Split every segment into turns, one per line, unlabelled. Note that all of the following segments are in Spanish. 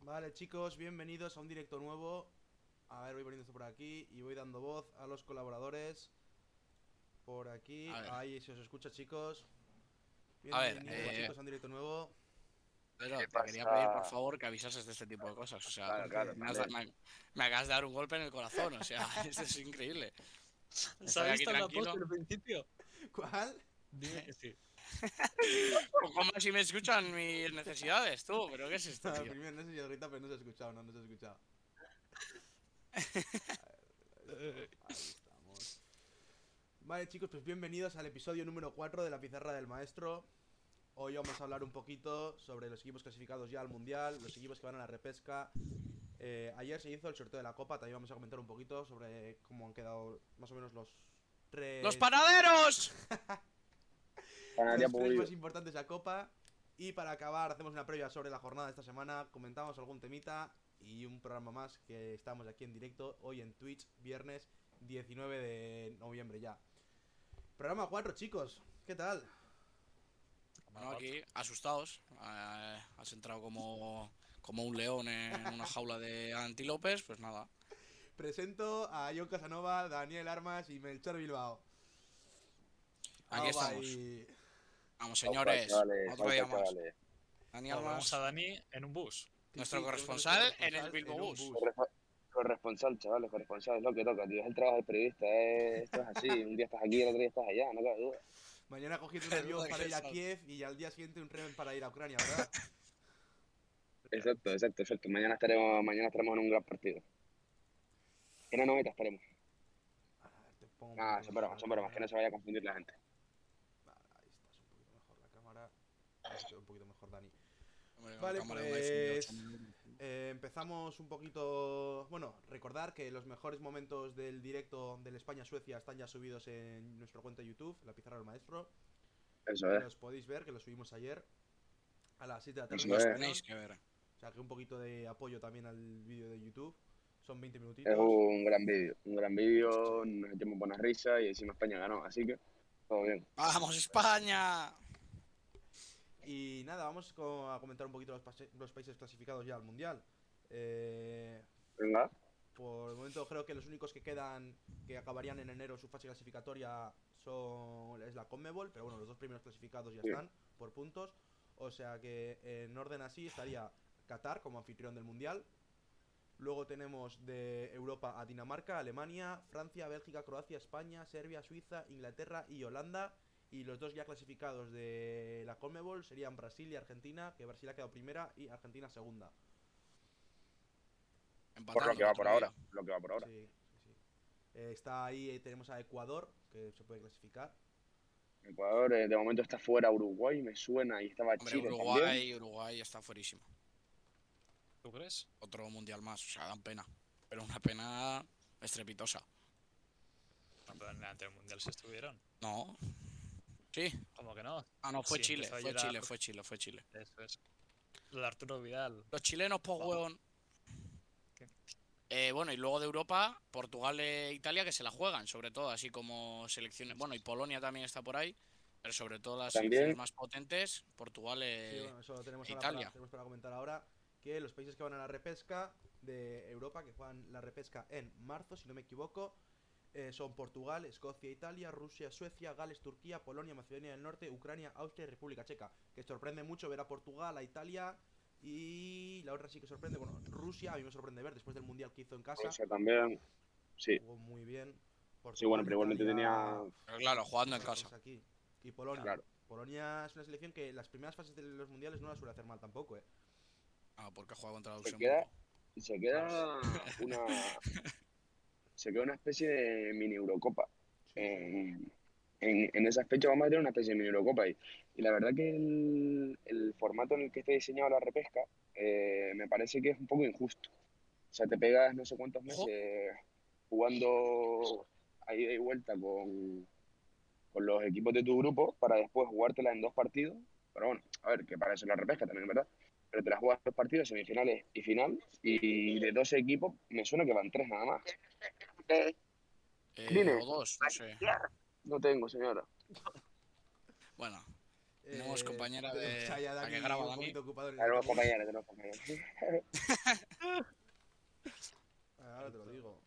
Vale, chicos, bienvenidos a un directo nuevo. A ver, voy poniendo esto por aquí y voy dando voz a los colaboradores. Por aquí,
A ver.
ahí se os escucha, chicos.
A ver,
Bienvenidos,
eh,
chicos, a un directo nuevo.
Pero
¿Qué
te quería
pasa?
pedir, por favor, que avisases de este tipo de cosas. O sea,
Claro,
claro,
me, has da- me- me acabas de dar un golpe en el corazón. O sea, esto es increíble. Estoy aquí
visto la
tranquilo.
post al principio?
¿Cuál?
Dime que sí.
Poco más si me escuchan mis necesidades, tú. ¿Pero qué es esto,
Ah,
tío?
primero, no sé si ahorita, pero no se ha escuchado, no, no se ha escuchado.
Eh,
Ahí estamos. Vale, chicos, pues bienvenidos al episodio número 4 de la pizarra del maestro. Hoy vamos a hablar un poquito sobre los equipos clasificados ya al mundial, los equipos que van a la repesca. Eh, ayer se hizo el sorteo de la copa, también vamos a comentar un poquito sobre cómo han quedado más o menos los tres,
¡Los panaderos!
Ganaría
los tres
Pubillo.
más importantes de la copa. Y para acabar, hacemos una previa sobre la jornada de esta semana, comentamos algún temita y un programa más que estamos aquí en directo hoy en Twitch, viernes 19 de noviembre ya. Programa 4, chicos, ¿qué tal?
Bueno, aquí, asustados. eh, has entrado como, como un león en una jaula de antílopes. Pues nada.
Presento a John Casanova, Daniel Armas y Melchor Bilbao.
Aquí
Aupa
estamos.
y-
Vamos,
Opa,
señores.
chavales,
Otro día
opa,
más.
chavales.
Dani
Vamos
Armas.
a Dani en un bus.
Nuestro
Sí, sí,
corresponsal
nuestro
en el
corresponsal
Bilbo
en un
Bus.
Correspo- Corresponsal, chavales, corresponsal, es lo que toca, tío. Es el trabajo del periodista, eh. esto es así. Un día estás aquí, el otro día estás allá, no cabe duda.
Mañana cogiendo un
Pero
avión para ir a
regresado.
Kiev y al día siguiente un tren para ir a Ucrania, ¿verdad?
Exacto, exacto, exacto. Mañana estaremos, mañana estaremos en un gran partido. En la noveta estaremos.
A ver, te pongo un
Ah,
poquito
son
más
bromas, son bromas, que no se vaya a confundir la gente.
Ahí estás un poquito mejor la cámara. Ahí te veo un poquito mejor, Dani.
Hombre, una
Vale,
cámara de un iPhone de
pues,
8 mil.
eh, empezamos un poquito. Bueno, recordar que los mejores momentos del directo del España-Suecia están ya subidos en nuestra cuenta de YouTube, La Pizarra del Maestro.
Eso
Eh.
es.
Los podéis ver, que los subimos ayer a las 7 de la
Eso
tarde.
Los
eh.
tenéis que ver.
O sea, que un poquito de apoyo también al vídeo de YouTube. Son 20 minutitos.
Eh,
Es
uh.
un gran vídeo, un gran vídeo, nos echamos buenas risas y encima España ganó, así que todo bien.
¡Vamos, España!
Y nada, vamos co- a comentar un poquito los, pase- los países clasificados ya al Mundial. Eh,
Venga,
Por el momento creo que los únicos que quedan, que acabarían en enero su fase clasificatoria son es la Conmebol, pero bueno, los dos primeros clasificados ya
Sí.
están por puntos. O sea que eh, en orden así estaría Qatar como anfitrión del Mundial. Luego tenemos de Europa a Dinamarca, Alemania, Francia, Bélgica, Croacia, España, Serbia, Suiza, Inglaterra y Holanda. Y los dos ya clasificados de la Conmebol serían Brasil y Argentina, que Brasil ha quedado primera y Argentina segunda.
Por lo que va por
otro día.
ahora. Lo que va por ahora.
Sí, sí, sí. Eh, está ahí, eh, tenemos a Ecuador, que se puede clasificar.
Ecuador eh, de momento está fuera. Uruguay me suena y estaba
Hombre,
Chile
Uruguay,
también.
Uruguay está fuerísimo.
¿Tú crees?
Otro mundial más, o sea, dan pena. Pero una pena estrepitosa.
Cuando en el mundial se estuvieron.
No. Sí.
¿Cómo que no?
Ah, no, fue
Sí,
Chile,
empezó a
fue
llorar.
Chile, fue Chile, fue Chile.
Eso es. Lo de Arturo Vidal.
Los chilenos, pues,
Vamos.
hueón.
¿Qué?
Eh, bueno, y luego de Europa, Portugal e Italia que se la juegan, sobre todo, así como selecciones. Bueno, y Polonia también está por ahí, pero sobre todo las
También.
selecciones más potentes, Portugal
Sí,
eh,
bueno, eso lo tenemos,
e
ahora para,
Italia.
tenemos para comentar ahora que los países que van a la repesca de Europa, que juegan la repesca en marzo, si no me equivoco, eh, son Portugal, Escocia, Italia, Rusia, Suecia, Gales, Turquía, Polonia, Macedonia del Norte, Ucrania, Austria y República Checa. Que sorprende mucho ver a Portugal, a Italia y la otra sí que sorprende. Bueno, Rusia, a mí me sorprende ver después del mundial que hizo en casa.
Rusia también. Sí.
Jugó muy bien.
Sí, bueno, pero igualmente tenía.
pero claro, jugando en
Otra
casa.
cosa aquí. Y Polonia.
Claro.
Polonia es una selección que las primeras fases de los mundiales no la suele hacer mal tampoco, ¿eh?
Ah, porque juega contra
Se
Luxemburgo.
queda, se queda una. Se queda una especie de mini Eurocopa.
Eh,
en, eh, en- en esa fecha vamos a tener una especie de mini Eurocopa ahí. Y la verdad que el, el formato en el que está diseñado la repesca eh, me parece que es un poco injusto. O sea, te pegas no sé cuántos meses
Ojo.
jugando a ida y vuelta con, con los equipos de tu grupo para después jugártela en dos partidos. Pero bueno, a ver, que para eso es la repesca también, ¿verdad? Pero te la juegas dos partidos, semifinales y final. Y de 12 equipos, me suena que van tres nada más.
Eh,
Dime.
o dos, no sé.
No tengo, señora.
Bueno, Tenemos compañera de-
tenemos ahí a
la
Dani
que graba,
un
Dani.
poquito ocupado en el
Tenemos
internet.
compañeros, tenemos compañeros.
Ah, Ahora te lo digo.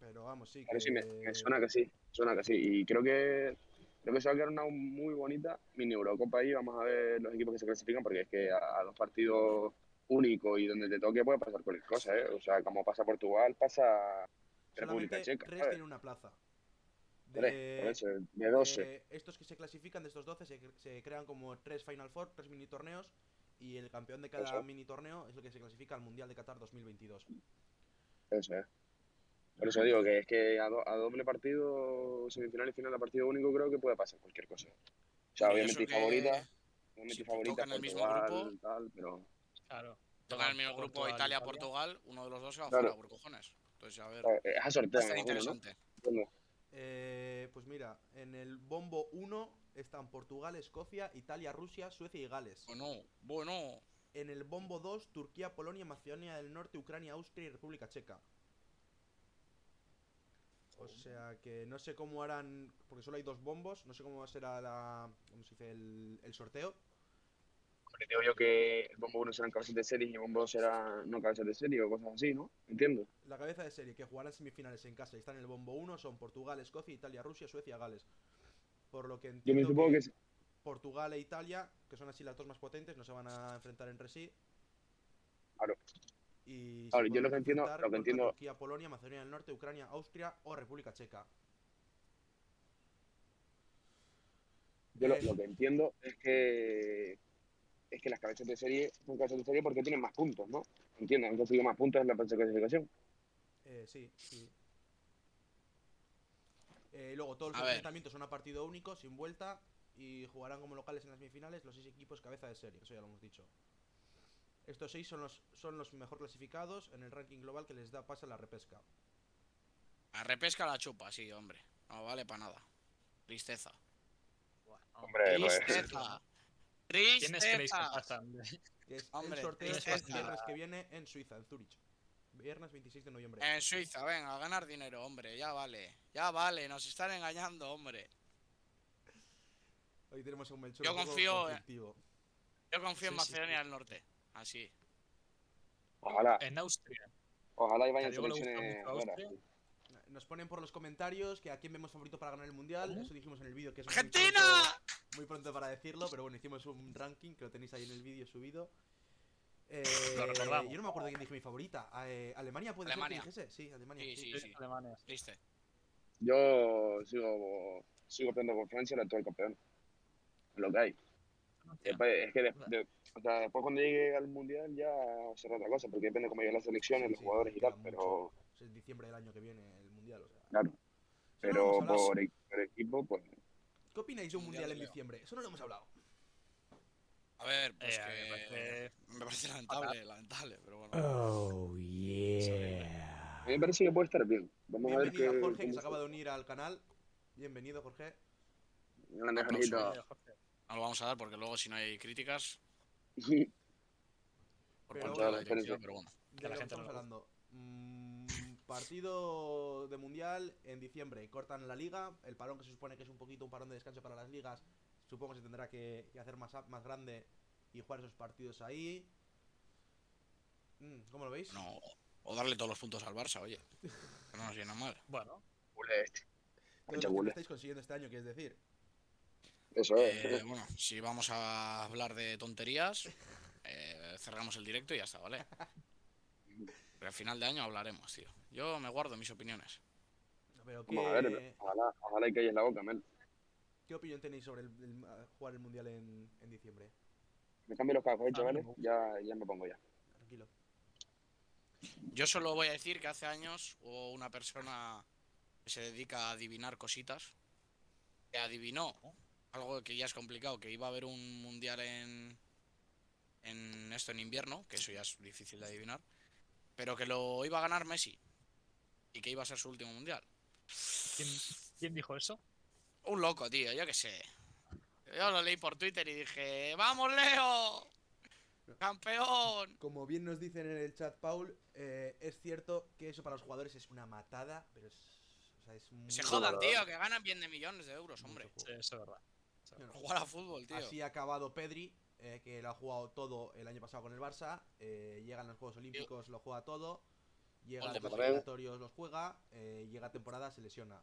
Pero vamos, sí.
Pero sí, me, me
que-
suena que sí, suena que sí. Y creo que, creo que se va a quedar una muy bonita mini Eurocopa ahí. Vamos a ver los equipos que se clasifican, porque es que a, a dos partidos únicos y donde te toque puede pasar cualquier cosa, ¿eh? O sea, como pasa Portugal, pasa República
solamente
Checa.
tres
¿sabes?
tienen una plaza. De,
Tres, por eso, de 12.
de estos que se clasifican, de estos 12, se, cre- se crean como tres Final Four, tres mini torneos. Y el campeón de cada
Eso.
mini torneo es el que se clasifica al Mundial de Qatar 2022.
Eso es. Por eso digo que es que a, do- a doble partido, semifinal y final a partido único, creo que puede pasar cualquier cosa. O sea,
y
obviamente
eso
y favorita,
que
obviamente
si
y favorita
tocan el mismo
Portugal,
grupo-
tal, pero
Claro.
Tocan el mismo grupo
Portugal,
Italia,
Italia.
Portugal, uno de los dos se va
Claro.
fuera por cojones. Entonces, a ver,
o sea, es a
va
sorteo,
a
me
ser
imagino, ¿no?
interesante.
Entiendo.
Eh, pues mira, en el bombo 1 están Portugal, Escocia, Italia, Rusia, Suecia y Gales.
Bueno, bueno,
En el bombo 2, Turquía, Polonia, Macedonia del Norte, Ucrania, Austria y República Checa. O sea que no sé cómo harán, porque solo hay dos bombos, no sé cómo será la, ¿cómo se dice? El, el sorteo.
Hombre, digo yo que el bombo 1 serán cabezas de series y el bombo 2 será no cabezas de serie o cosas así, ¿no? Entiendo.
La cabeza de serie que jugarán semifinales en casa y están en el bombo 1 son Portugal, Escocia, Italia, Rusia, Suecia, Gales. Por lo que
Yo me
entiendo
supongo que
que
sí.
Portugal e Italia, que son así las dos más potentes, no se van a enfrentar entre sí.
Claro.
Y se
Ahora, yo
podrían
lo que entiendo-
enfrentar
lo que
contra
entiendo-
Turquía, Polonia, Macedonia del Norte, Ucrania, Austria o República Checa.
Yo lo,
Eh.
lo que entiendo es que es que las cabezas de serie son cabezas de serie porque tienen más puntos, ¿no? Entiendo, han conseguido más puntos en la fase de clasificación.
Eh, sí, sí. Eh, luego todos los
A ver.
enfrentamientos son a partido único, sin vuelta, y jugarán como locales en las semifinales los seis equipos cabeza de serie, eso ya lo hemos dicho. Estos seis son los, son los mejor clasificados en el ranking global que les da pase a la repesca.
a repesca la chupa, sí, hombre. No vale para nada. Tristeza.
Ah,
Hombre, pues-
Tristeza.
¿Quiénes creéis que
Tristeza.
pasan?
Que es
Hombre,
el sorteo es
tristeza.
el viernes que viene en Suiza, en Zurich. Viernes 26 de noviembre.
En Suiza, venga, a ganar dinero, hombre. Ya vale. Ya vale, nos están engañando, hombre.
Hoy tenemos a un Melchor
Yo
un poco
confío eh. en-
conflictivo.
Yo confío en
Sí, sí, sí.
Macedonia del Norte. Así.
pues, Ojalá,
En Austria.
ojalá y
Que a
vayan
Diego le gusta
selecciones
mucho Austria.
buenas.
Nos ponen por los comentarios que a quién vemos favorito para ganar el mundial. Eso dijimos en el vídeo que es un
Uh. ¡Argentina!
encuentro- muy pronto para decirlo, pero bueno, hicimos un ranking que lo tenéis ahí en el vídeo subido. Eh,
Lo recordamos.
yo no me acuerdo quién dijo mi favorita. Ah, eh, Alemania puede
Alemania.
ser que dijese. Sí, Alemania.
Sí, sí, sí.
Alemania.
Triste.
Yo sigo, sigo optando por Francia, el actual campeón. Lo que hay.
Eh,
Después, es que de- de- o sea, después cuando llegue al mundial ya será otra cosa, porque depende cómo lleguen las selecciones,
Sí,
los
sí,
jugadores y
queda
tal, pero,
Es en diciembre del año que viene el mundial. O sea.
Claro.
Eso no lo
pero
hemos hablado.
por, e- por equipo, pues
¿Qué opináis de un
Mundial
mundial
de
en
Leo.
diciembre? Eso no lo hemos hablado.
A ver, pues
Eh, a
que...
mí me parece-
Me parece lamentable, lamentable, pero bueno.
Oh,
a
yeah.
mí me parece que puede estar bien. Vamos a ver
Bienvenido
qué.
Jorge, que
cómo
se acaba
se-
de unir al canal. Bienvenido, Jorge.
Grande Jorgito.
Oye, Jorge,
No lo vamos a dar porque luego si no hay críticas por
Pero
parte de la
bueno, pero
dirección,
sí.
pero bueno.
De
Que la
lo que
gente no
estamos
lo-
hablando. Mm, partido de mundial en diciembre. Cortan la liga. El parón que se supone que es un poquito un parón de descanso para las ligas. Supongo que se tendrá que, que hacer más, a- más grande y jugar esos partidos ahí. Mm, ¿Cómo lo veis?
No, o darle todos los puntos al Barça, oye. Que no nos viene mal.
Bueno,
Culé este.
Todo
mucha
lo que
bula.
estáis consiguiendo este año, que es decir.
Eso es.
Eh, bueno, si vamos a hablar de tonterías, eh, cerramos el directo y ya está, ¿vale? Pero al final de año hablaremos, tío. Yo me guardo mis opiniones.
Pero
Vamos a ver,
¿qué,
ojalá, ojalá y calles la boca, Mel.
qué opinión tenéis sobre el, el- a jugar el mundial en, en diciembre?
Me cambio los cacos, ¿eh,
mí
chavales.
me gusta.
Ya, ya me pongo ya.
Tranquilo.
Yo solo voy a decir que hace años hubo una persona que se dedica a adivinar cositas. Que adivinó algo que ya es complicado, que iba a haber un mundial en, en esto en invierno, que eso ya es difícil de adivinar, pero que lo iba a ganar Messi y que iba a ser su último mundial.
¿quién, quién dijo eso?
Un loco, tío, yo qué sé. Yo lo leí por Twitter y dije, ¡vamos, Leo! ¡Campeón!
Como bien nos dicen en el chat, Paul, eh, es cierto que eso para los jugadores es una matada, pero es. O sea, es
Que se
muy-
jodan, tío, que ganan bien de millones de euros, hombre.
mucho
Sí,
juego.
eso es verdad.
No, no.
Jugar a fútbol, tío.
Así ha acabado Pedri, eh, que lo ha jugado todo el año pasado con el Barça. eh, llegan los Juegos Olímpicos, lo juega todo. Llega
Gol
a
de
los
Mbappé.
eliminatorios, los juega. eh, llega temporada, se lesiona.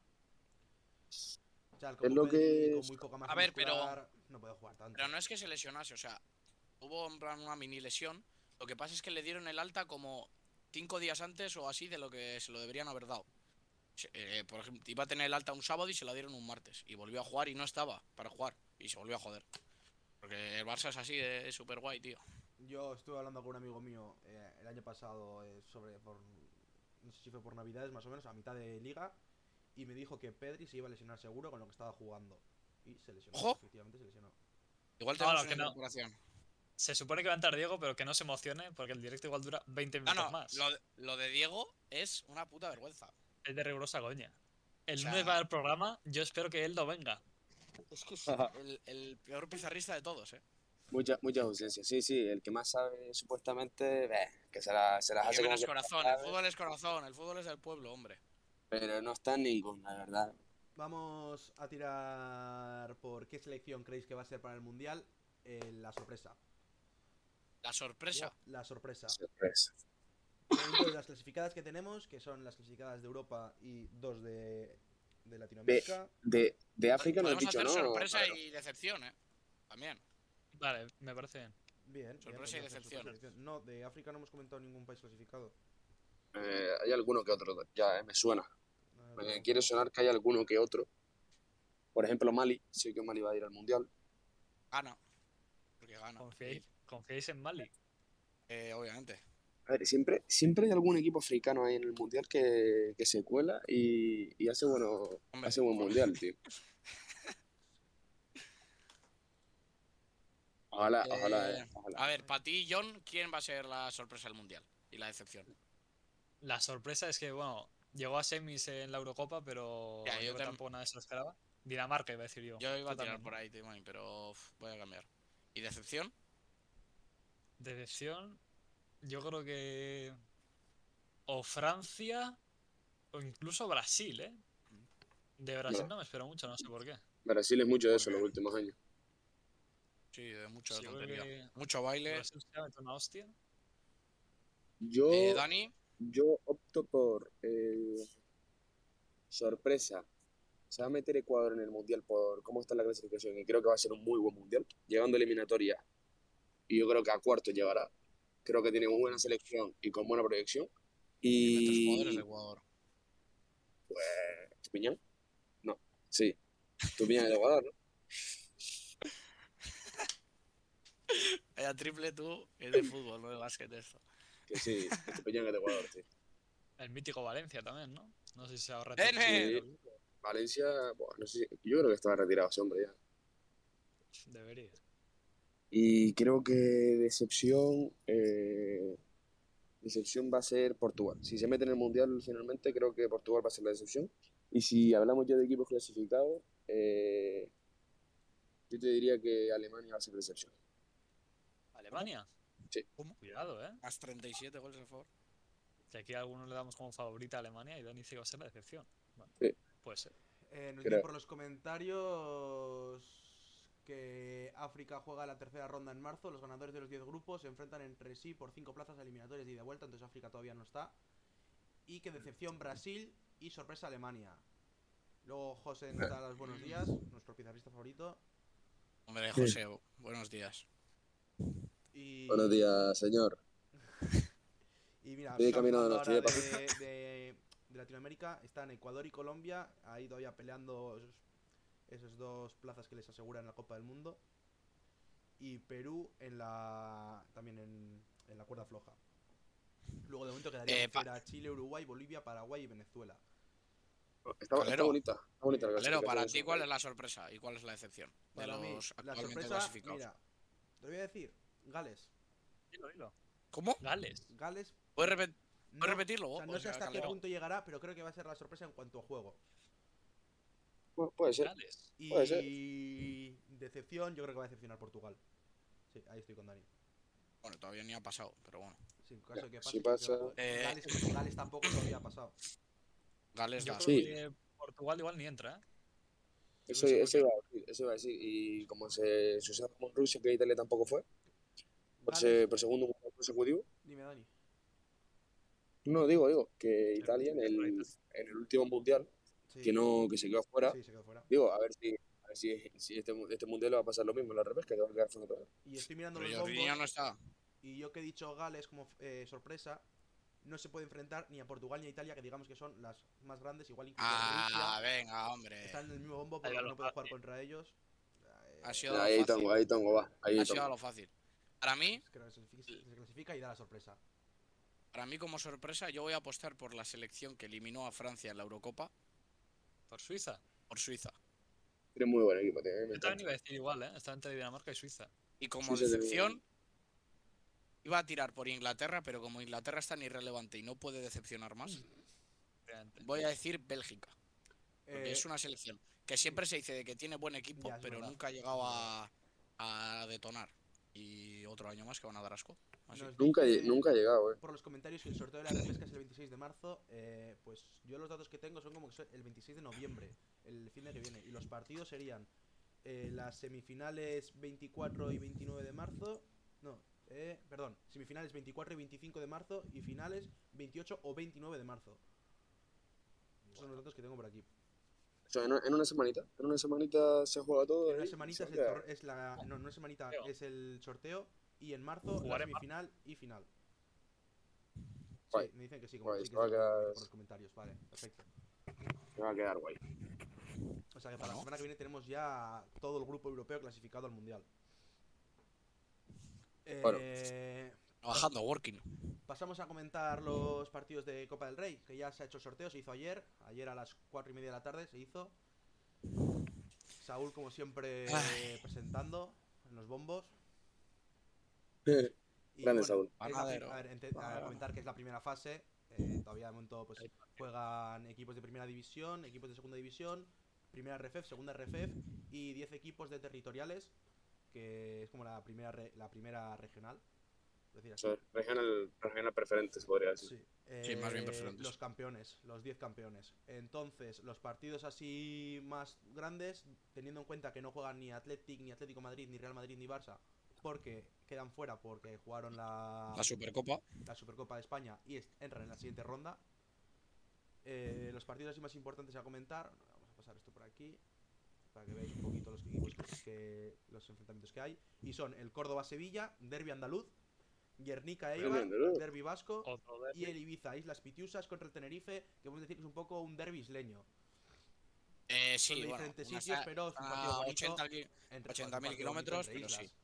O sea,
lo que
con
es-
muy poca masa
A ver, pero-
muscular, No puede jugar tanto.
Pero no es que se lesionase, o sea, hubo en plan una mini lesión. Lo que pasa es que le dieron el alta como cinco días antes o así de lo que se lo deberían haber dado. Se- eh, por ejemplo, iba a tener el alta un sábado y se la dieron un martes. Y volvió a jugar y no estaba para jugar. Y se volvió a joder. Porque el Barça es así de super guay, tío.
Yo estuve hablando con un amigo mío eh, el año pasado eh, sobre por no sé si fue por Navidades más o menos a mitad de liga y me dijo que Pedri se iba a lesionar seguro con lo que estaba jugando y se lesionó,
Ojo.
efectivamente se lesionó.
Igual
No,
tenemos
no,
una
que no.
incorporación.
Se supone que va a entrar Diego, pero que no se emocione porque el directo igual dura 20
No,
minutos
no,
más.
lo, de- lo de Diego es una puta vergüenza.
Es de rigurosa coña. El
O sea-
lunes va al programa, yo espero que él no venga.
Es que es el, el peor pizarrista de todos, eh.
Muchas muchas ausencias, sí, sí, el que más sabe supuestamente, beh, que se, la- se las hace como
es
que
corazón, el
sabe,
fútbol es corazón, el fútbol es del pueblo, hombre.
pero no está ninguna, la verdad.
Vamos a tirar por qué selección creéis que va a ser para el mundial Eh, la sorpresa.
La sorpresa.
La sorpresa.
Sorpresa.
Dentro de las clasificadas que tenemos, que son las clasificadas de Europa y dos de, de Latinoamérica.
De, de África no he
Podemos
dicho,
hacer
¿no?
sorpresa
Claro.
y decepción, ¿eh? También.
Vale, me parece bien.
Bien.
Sorpresa y
podría ser
decepción.
sorpresa. No, de África no hemos comentado ningún país clasificado.
Eh, hay alguno que otro, ya eh, me suena.
No, no,
Me
no.
quiere sonar que hay alguno que otro. Por ejemplo, Mali, sí que Mali va a ir al mundial.
Gana. Porque gana.
¿Confiáis, confiáis en Mali?
Eh, obviamente.
A ver, siempre, siempre hay algún equipo africano ahí en el mundial que, que se cuela y, y hace, bueno,
Hombre,
hace buen
joder.
mundial, tío. Ojalá,
Eh,
ojalá, eh, ojalá.
A ver, para ti, John, ¿quién va a ser la sorpresa del mundial? Y la decepción.
La sorpresa es que, bueno, llegó a semis en la Eurocopa, pero
Ya, yo
yo
tam-
tampoco nada se lo esperaba. Dinamarca iba a decir yo.
Yo iba a
Tú
tirar
también,
por
¿no?
ahí, Timón, pero uf, voy a cambiar. ¿Y decepción?
Decepción, yo creo que o Francia o incluso Brasil, ¿eh? De Brasil
Vale.
no me espero mucho, no sé por qué.
Brasil es mucho de eso
Porque-
los últimos años.
Sí, de mucho de
Yo creo
tontería.
que
Mucho baile.
Brasil se va a meter una hostia.
Yo,
Eh, Dani,
yo opto por eh, sorpresa. se va a meter Ecuador en el mundial por cómo está la clasificación y creo que va a ser un muy buen mundial, llegando a eliminatoria y yo creo que a cuarto llegará. Creo que tiene muy buena selección y con buena proyección.
Nuestros
Y
jugadores de Ecuador.
Tupiñán, no, sí, Tupiñán es de Ecuador, ¿no?
Vaya triple tú, es de fútbol, no de básquet esto.
Que sí, Tupiñán es de Ecuador, sí.
El mítico Valencia también, ¿no? No sé si se habrá
Ven, eh.
Sí, Valencia, bueno, no sé, si- yo creo que estaba retirado ese hombre ya.
Debería.
Y creo que decepción, eh, decepción va a ser Portugal. Si se mete en el Mundial finalmente, creo que Portugal va a ser la decepción. Y si hablamos ya de equipos clasificados, eh, yo te diría que Alemania va a ser la decepción.
¿Alemania?
Sí.
¿Cómo?
Cuidado, ¿eh?
Más 37 goles a favor.
Que aquí a algunos le damos como favorita a Alemania y Dani dice que va a ser la decepción. Bueno, pues,
Sí.
puede ser.
Eh, nos
Creo.
dicen por los comentarios que África juega la tercera ronda en marzo. Los ganadores de los 10 grupos se enfrentan entre sí por 5 plazas eliminatorias de ida y vuelta, entonces África todavía no está. Y que decepción Brasil y sorpresa Alemania. Luego José nos da los buenos días, nuestro pizarrista favorito.
Hombre, José, buenos días.
Y,
Buenos días, señor.
y mira,
Estoy de
estamos
camino de
hablando
la
ahora
Chile
de, de- de Latinoamérica. Están Ecuador y Colombia, ahí todavía peleando esos, esos dos plazas que les aseguran la Copa del Mundo. Y Perú en la también en, en la cuerda floja. Luego de momento quedaría
Eh, pa-
fuera Chile, Uruguay, Bolivia, Paraguay y Venezuela.
Está, está
Calero.
bonita, está bonita la
Valero, para ti,
clasificación.
¿cuál es la sorpresa y cuál es la decepción? De
Para mí,
los
la
actualmente
sorpresa,
clasificados.
mira, te voy a decir, Gales.
Dilo, dilo.
¿Cómo?
Gales.
Gales
¿Puedes, repet-
no,
puedes repetirlo?
o sea, no
vos?
sé
O sea,
hasta qué
Calero.
punto llegará, pero creo que va a ser la sorpresa en cuanto a juego.
Bueno, puede ser.
Gales.
Y
Puede ser.
decepción, yo creo que va a decepcionar Portugal. Sí, ahí estoy con Dani.
Bueno, todavía ni ha pasado, pero bueno.
Sí, en caso de que pase,
si
yo creo
pasa-
que
Eh.
Gales, Gales tampoco todavía ha pasado.
Gales
Yo
da.
creo
Sí.
que Portugal igual ni entra, ¿eh? Yo
Eso,
no sé por
eso
qué.
iba a decir, eso iba a decir. Y como se sucedió con Rusia, que Italia tampoco fue, por,
Gales-
se- por segundo mundial consecutivo,
Dime, Dani.
No, digo, digo, que
El
Italia en
mundial
el,
por
en el último mundial,
Sí,
que no, que se quedó fuera,
sí, se quedó fuera.
digo, a ver si, a ver si, si este, mu- este mundial le va a pasar lo mismo, la revés, que te va a quedar fuera otra vez.
Y estoy mirando
Pero
los bombos,
Jordiño no está.
y yo que he dicho Gales como eh, sorpresa, no se puede enfrentar ni a Portugal ni a Italia, que digamos que son las más grandes, igual incluso
Ah,
Rusia.
venga, hombre.
Están en el mismo bombo, por
Ahí
lo
va
que
lo
no puedo jugar
fácil.
contra ellos. Eh,
Ha sido
Ahí
fácil.
Tongo, ahí Tongo, va, ahí
Ha sido a
Tongo.
lo fácil. Para mí,
creo que se clasifica, se clasifica y da la sorpresa.
para mí como sorpresa, yo voy a apostar por la selección que eliminó a Francia en la Eurocopa
Por Suiza.
por Suiza.
Tiene muy buen equipo, tío, a mí me
Yo también
encanta.
iba a decir igual, ¿eh? Está entre Dinamarca y Suiza.
Y como
Suiza tiene-
decepción, iba a tirar por Inglaterra, pero como Inglaterra es tan irrelevante y no puede decepcionar más,
Mm.
Realmente.
voy a decir Bélgica. Porque
Eh,
es una selección que siempre se dice de que tiene buen equipo,
Ya, es
pero
verdad.
nunca ha llegado a, a detonar. Y otro año más que van a dar asco. Así.
nos
Nunca, he-
dice-
nunca he llegado, eh.
por los comentarios que el sorteo de la repesca es el 26 de marzo, eh, pues yo los datos que tengo son como que son el 26 de noviembre, el fin de que viene. Y los partidos serían eh, las semifinales 24 y 29 de marzo. No, eh, perdón, semifinales 24 y 25 de marzo y finales 28 o 29 de marzo. Esos son los datos que tengo por aquí.
O sea, en, en una semanita, en una semanita se juega todo.
En una
¿eh?
semanita
O
es, el
sea,
tor- es la. No, no es semanita,
Sorteo.
es el sorteo. Y en marzo, la
Jugar en marzo.
semifinal y final.
Guay.
Sí, me dicen que sí, como que
Guay,
sí que es
vagas.
lo que dicen por los comentarios. Vale, perfecto.
me va a quedar guay.
O sea que para la
Bueno.
semana que viene tenemos ya todo el grupo europeo clasificado al mundial.
Bueno.
Eh,
Trabajando, working.
Pasamos a comentar los partidos de Copa del Rey, que ya se ha hecho el sorteo, se hizo ayer. Ayer a las 4 y media de la tarde se hizo. Saúl, como siempre,
Ay.
presentando en los bombos. Y
Grande,
bueno,
Saúl.
es la pri-
Panadero.
a ver, ente- a
Panadero.
comentar que es la primera fase. eh, todavía de momento pues, juegan equipos de primera división, equipos de segunda división, primera RFEF, segunda RFEF y 10 equipos de territoriales, que es como la primera, re- la primera regional. por decir
O
así.
sea, regional, regional preferente, se podría decir.
Sí,
Sí, más bien
Eh,
preferentes.
Los campeones, los 10 campeones. Entonces, los partidos así más grandes, teniendo en cuenta que no juegan ni Athletic, ni Atlético Madrid, ni Real Madrid, ni Barça, porque quedan fuera porque jugaron la,
La Supercopa.
la Supercopa de España y est- entran en la siguiente ronda. Eh, los partidos así más importantes a comentar, vamos a pasar esto por aquí para que veáis un poquito los equipos que, que- los enfrentamientos que hay. Y son el Córdoba-Sevilla, Derby andaluz,
Derbi
¿eh?
Guernica-Eibar,
andaluz.
Derby vasco
Otro de...
y el Ibiza, Islas Pitiusas contra el Tenerife, que podemos decir que es un poco un derby isleño.
Eh,
Son
sí,
de
bueno,
diferentes
una
sitios,
está-
pero es un
a
partido bonito
80 ki-
entre
80.000
un partido bonito
kilómetros,
entre
pero
islas.
sí.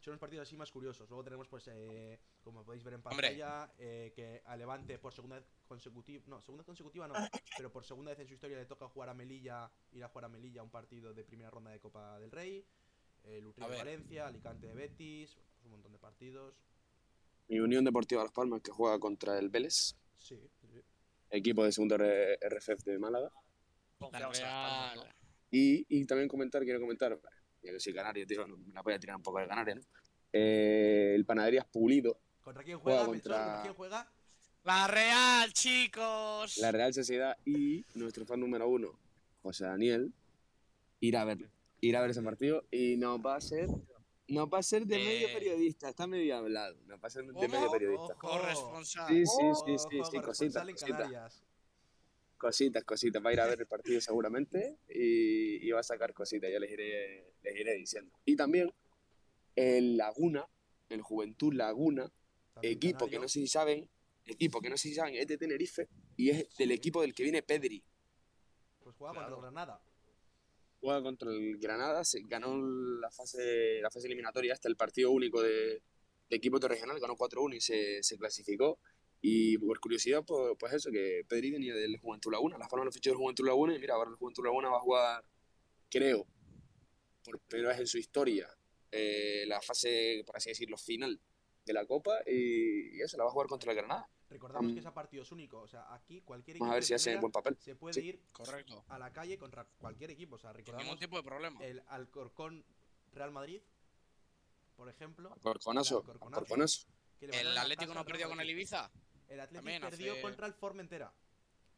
Son los partidos así más curiosos. Luego tenemos, pues, eh, como podéis ver en
Hombre.
pantalla, eh, que a Levante por segunda vez consecutiva, no, segunda consecutiva no, pero por segunda vez en su historia le toca jugar a Melilla, ir a jugar a Melilla un partido de primera ronda de Copa del Rey. El
A ver.
Valencia, Alicante Betis, pues, un montón de partidos.
Mi Unión Deportiva Las Palmas que juega contra el Vélez,
Sí, sí, sí.
equipo de segunda R- RFF de Málaga.
La
Confiamos en las palmas,
Real,
¿no?
Y, y también comentar, quiero comentar, ya que soy canario, tío, no- la voy a tirar un poco de canario, ¿no? Eh, el Panaderías Pulido,
¿Contra quién
Juega
juega, Melchor?
contra-
¿Contra quién juega?
la Real, chicos.
la Real Sociedad y nuestro fan número uno, José Daniel, ir a verlo. Ir a ver ese partido y nos va a ser, nos va a ser de medio
Eh.
periodista, está medio hablado, nos va a ser de
¿Cómo?
medio periodista.
Ojo.
Corresponsal.
Sí, sí, sí,
Ojo,
sí, sí, cositas,
corresponsal en
cositas.
Canarias.
Cositas, cositas. Va a ir a ver el partido seguramente y, y va a sacar cositas, ya les iré, les iré diciendo. Y también el Laguna, el Juventud Laguna,
También
equipo que
canario.
no sé si saben, equipo que no sé si saben, es de Tenerife y es del equipo del que viene Pedri.
Pues juega
Claro.
contra Granada.
Juega contra el Granada, se ganó la fase, la fase eliminatoria hasta el partido único de, de equipo regional, ganó 4-1 y se, se clasificó. Y por curiosidad, pues, pues eso, que Pedri venía del Juventud Laguna, la forma lo fichó del Juventud Laguna y mira, ahora el Juventud Laguna va a jugar, creo, por primera vez en su historia, eh, la fase, por así decirlo, final de la Copa y, y eso, la va a jugar contra el Granada.
Recordamos que
Mm.
es a partidos únicos. O sea, aquí cualquier equipo
Vamos a ver
de
si hace
primera
buen papel.
se puede
Sí.
ir
Correcto.
a la calle contra cualquier equipo. O sea,
Sin ningún
recordamos
tipo de problema.
el Alcorcón Real Madrid, por ejemplo.
Corconazo,
Claro, Corconazo.
Corconazo.
que le mandaron
El
la
Atlético
taza
no
al Real
perdió con el
Madrid.
Ibiza.
El Atlético
También
perdió
hace-
contra el Formentera.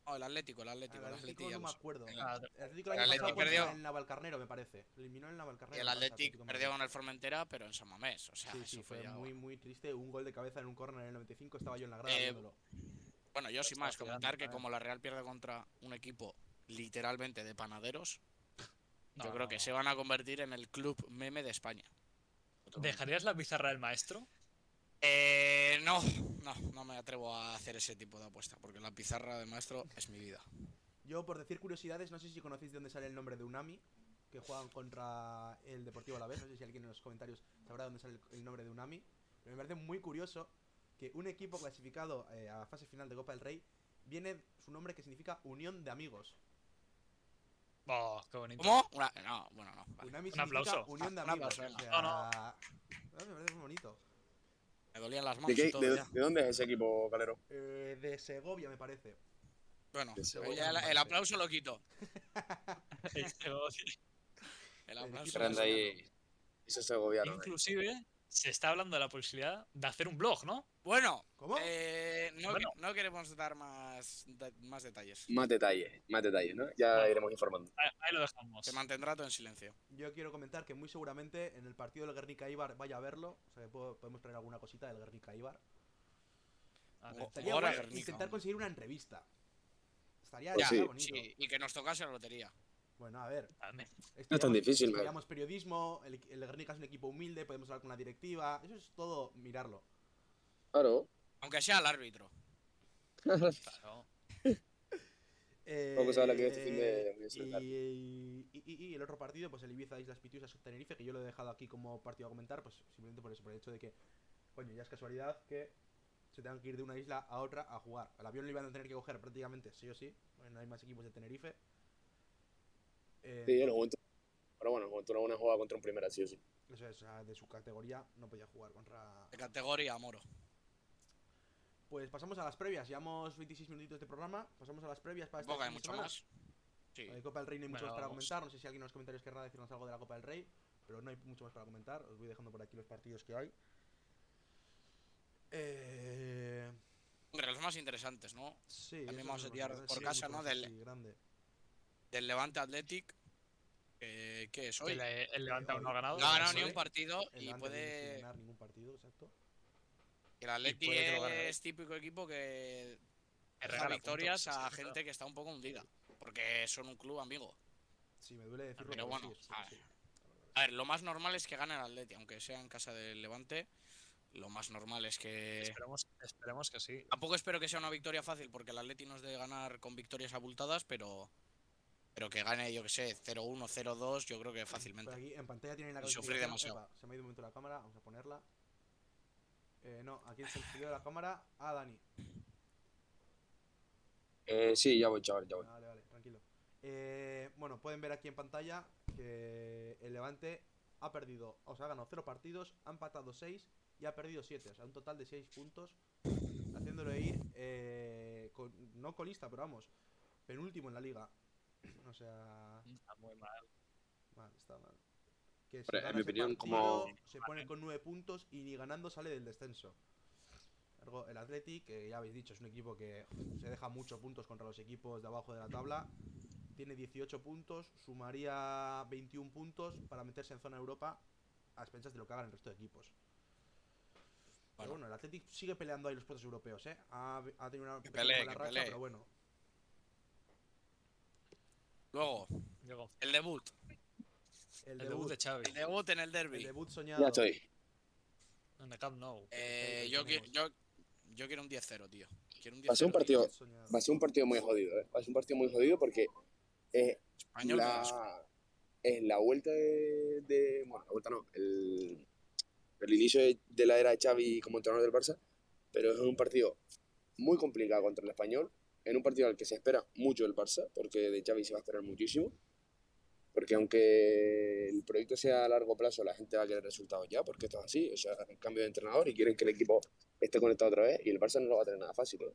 No, el Atlético, el
El
Atlético, el
Atlético
Atlético.
no me
ya
acuerdo. El
lo sé.
Ah,
Atlético
El
el año pasado
Atlético
perdió
perdió.
en Navalcarnero, me parece. Eliminó en Navalcarnero.
El
al
Atlético
de
perdió
Madrid.
con el Formentera, pero en San Mamés. O sea,
Sí,
eso
sí,
fue
fue
ya-
muy, muy triste. Un gol de cabeza en un córner en el 95. Estaba yo en la grada
Eh,
viéndolo.
Bueno, yo sin
Está
más,
tirando,
comentar que
¿sabes?
como la Real pierde contra un equipo literalmente de panaderos,
No,
yo
no,
creo que
no.
se van a convertir en el club meme de España.
¿Dejarías la pizarra del maestro?
Eh, no, no, no me atrevo a hacer ese tipo de apuesta, porque la pizarra de maestro es mi vida.
Yo, por decir curiosidades, no sé si conocéis de dónde sale el nombre de Unami, que juegan contra el Deportivo a la vez. No sé si alguien en los comentarios sabrá dónde sale el- el nombre de Unami. Pero me parece muy curioso que un equipo clasificado eh, a fase final de Copa del Rey viene su nombre que significa Unión de Amigos.
Oh, qué bonito.
¿Cómo? Una- no, bueno, no. vale.
Unami
Un
significa
aplauso.
Unión de
Ah, un
Amigos.
aplauso,
o
venga.
sea,
No, no.
ah, Me parece muy bonito.
Me dolían las manos
¿De,
y
qué-
todo
de-
ya.
de dónde es ese equipo, Calero?
Eh, de Segovia, me parece.
Bueno,
de Segovia,
ya el,
me
el
parece.
aplauso lo quito.
Sí, pero-
El
El
aplauso
equipo
lo
grande
Grande
quito.
ahí. Eso se eh. gobiaron. ahí.
Inclusive se está hablando de la posibilidad de hacer un blog, ¿no?
Bueno,
¿Cómo?
eh, no,
Bueno.
no queremos dar más, da- más detalles.
Más detalles, más detalles, ¿no? Ya
Bueno.
iremos informando.
Ahí, ahí lo dejamos.
Se mantendrá todo en silencio.
Yo quiero comentar que muy seguramente en el partido del Guernica Ibar vaya a verlo. O sea que puedo- podemos traer alguna cosita del Guernica Ibar.
Atención.
Estaría Ahora
bueno
Guernica,
intentar
hombre.
conseguir una entrevista. Estaría ya,
Pues sí.
bonito.
Sí, y que nos tocase la lotería.
Bueno, a ver.
Dame.
Estudiamos,
No es tan difícil, ¿no?
estudiamos periodismo, el, el Guernica es un equipo humilde, podemos hablar con la directiva. Eso es todo mirarlo.
Claro.
Aunque sea al árbitro.
Claro.
Eh,
Poco se habla que este fin de- voy a
y,
celebrar.
Eh, y- y- y el otro partido, pues el Ibiza Islas Pitiusas Tenerife, que yo lo he dejado aquí como partido a comentar, pues simplemente por eso, por el hecho de que, coño, ya es casualidad que se tengan que ir de una isla a otra a jugar. El avión lo iban a tener que coger prácticamente, sí o sí, porque no hay más equipos de Tenerife. Eh,
Sí, el Juventud. Pero bueno, el Juventud Laguna juega contra un primera, sí o sí.
Eso es, o sea, de su categoría no podía jugar contra.
De categoría, Moro.
Pues pasamos a las previas, llevamos 26 minutitos de programa, pasamos a las previas para esta
Tampoco hay
fin de
mucho
semana.
más. Sí.
Eh, Copa del Rey no hay mucho
Bueno,
más para
vamos.
comentar, no sé si alguien en los comentarios querrá decirnos algo de la Copa del Rey, pero no hay mucho más para comentar, os voy dejando por aquí los partidos que hay. Eh,
Hombre, los más interesantes, ¿no?
sí,
También
esos
vamos
son
a
los
tirar
grandes,
por
sí, mucho
casa, ¿no?
más
Del-
así, grande.
Del Levante Athletic. eh, ¿Qué es hoy?
El, el Levante aún no ha ganado.
No ha ganado
eso,
ni un
¿eh?
partido
El
y
Levante no tiene que
puede.
ganar ningún partido, exacto.
El Athletic
puede que lo gane.
es típico equipo que
Que
deja
regala puntos,
victorias
sí,
a
sí,
gente que está un poco hundida. Porque son un club amigo.
Sí, me duele decirlo.
Pero
pero sí,
bueno, ah,
sí, sí.
a ver. A ver, lo más normal es que gane el Atleti, aunque sea en casa del Levante. Lo más normal es que.
Esperemos, esperemos que sí.
Tampoco espero que sea una victoria fácil, porque el Atleti no es de ganar con victorias abultadas, pero. Pero que gane, yo que sé, 0-1, 0-2, yo creo que
Por
fácilmente.
aquí en pantalla tienen la
Y sufrí
clasificación.
demasiado.
Epa, se me ha ido un momento la cámara, vamos a ponerla. Eh, no, aquí se ha ido la cámara a Dani.
Eh, sí, ya voy, chaval, ya voy.
Vale, vale, tranquilo. Eh, bueno, pueden ver aquí en pantalla que el Levante ha perdido, o sea, ha ganado 0 partidos, ha empatado 6 y ha perdido 7, o sea, un total de 6 puntos, haciéndolo ir, eh, con- no colista, pero vamos, penúltimo en la liga. O sea,
Está muy mal.
mal, está mal. Que si
Hombre, en
gana
mi
ese
opinión,
partido,
como-
se pone con 9 puntos y ni ganando sale del descenso. Ergo, El Athletic, que ya habéis dicho, es un equipo que se deja muchos puntos contra los equipos de abajo de la tabla. Tiene 18 puntos, sumaría 21 puntos para meterse en zona Europa a expensas de lo que hagan el resto de equipos. Pero
Bueno.
bueno, el Athletic sigue peleando ahí los puestos europeos, ¿eh? Ha, ha tenido una
Que
pequeña
pelee,
mala
que
racha,
pelee.
pero bueno.
Luego,
Diego,
el debut.
El,
el, debut de Xavi
El debut en el
el
derby.
debut soñado.
Ya estoy.
en el Camp Nou.
Ahí
Eh,
lo
yo, qui-
tenemos.
yo, yo quiero un 10-0, tío. Quiero un 10-0.
Va a ser un partido,
Debut soñado.
va a ser un partido muy jodido, ¿eh? Va a ser un partido muy jodido porque eh,
español. vasco.
la, en la vuelta de, de- Bueno, la vuelta no. El, el inicio de, de la era de Xavi como entrenador del Barça. Pero es un partido muy complicado contra el español. En un partido al que se espera mucho el Barça. Porque de Xavi se va a esperar muchísimo. Porque aunque el proyecto sea a largo plazo, la gente va a querer resultados ya. Porque esto es así. O sea, cambio de entrenador y quieren que el equipo esté conectado otra vez. Y el Barça no lo va a tener nada fácil. ¿eh?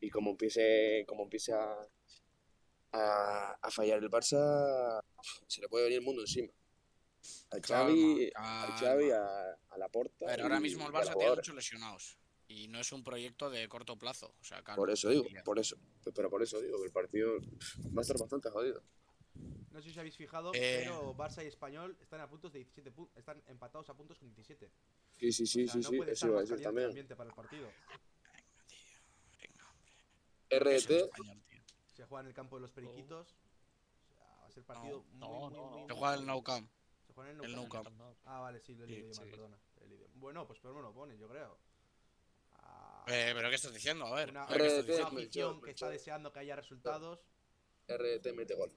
Y como empiece, como empiece a, a, a fallar el Barça, se le puede venir el mundo encima. A Xavi,
Calma,
a,
calma.
Xavi, a, a Laporta
Pero
y-
ahora mismo el
y a
Barça
los
tiene
jugadores.
muchos lesionados. Y no es un proyecto de corto plazo. O sea, calma,
Por eso digo,
tranquilidad.
por eso. Pero por eso digo que el partido va a estar bastante jodido.
No sé si os habéis fijado,
Eh.
pero Barça y Español están a puntos de 17 pu- están empatados a puntos con 17.
Sí, sí, sí,
o sea,
sí,
no
sí,
puede
eso
estar
iba a
más
decir
caliente el
también.
ambiente para el partido.
Venga, es el
RDT,
español, tío.
Se juega en el campo de los Periquitos. O sea, va a ser partido
No,
muy,
no,
muy,
no,
muy,
no.
Se
muy
juega el
jodido.
Nou Camp.
Se juega en
el
el
Nou
Nou
En
Camp.
Camp.
Camp Nou.
Ah, vale, sí, lo he leído yo
Sí,
mal,
sí.
perdona. lo he leído. Bueno, pues pero me lo ponen, yo creo. Ah,
Eh, pero ¿qué estás diciendo? A ver.
una,
a ver qué estás
RDT,
una
diciendo.
Melchor,
afición que está
Melchor.
deseando que haya resultados.
RDT mete gol.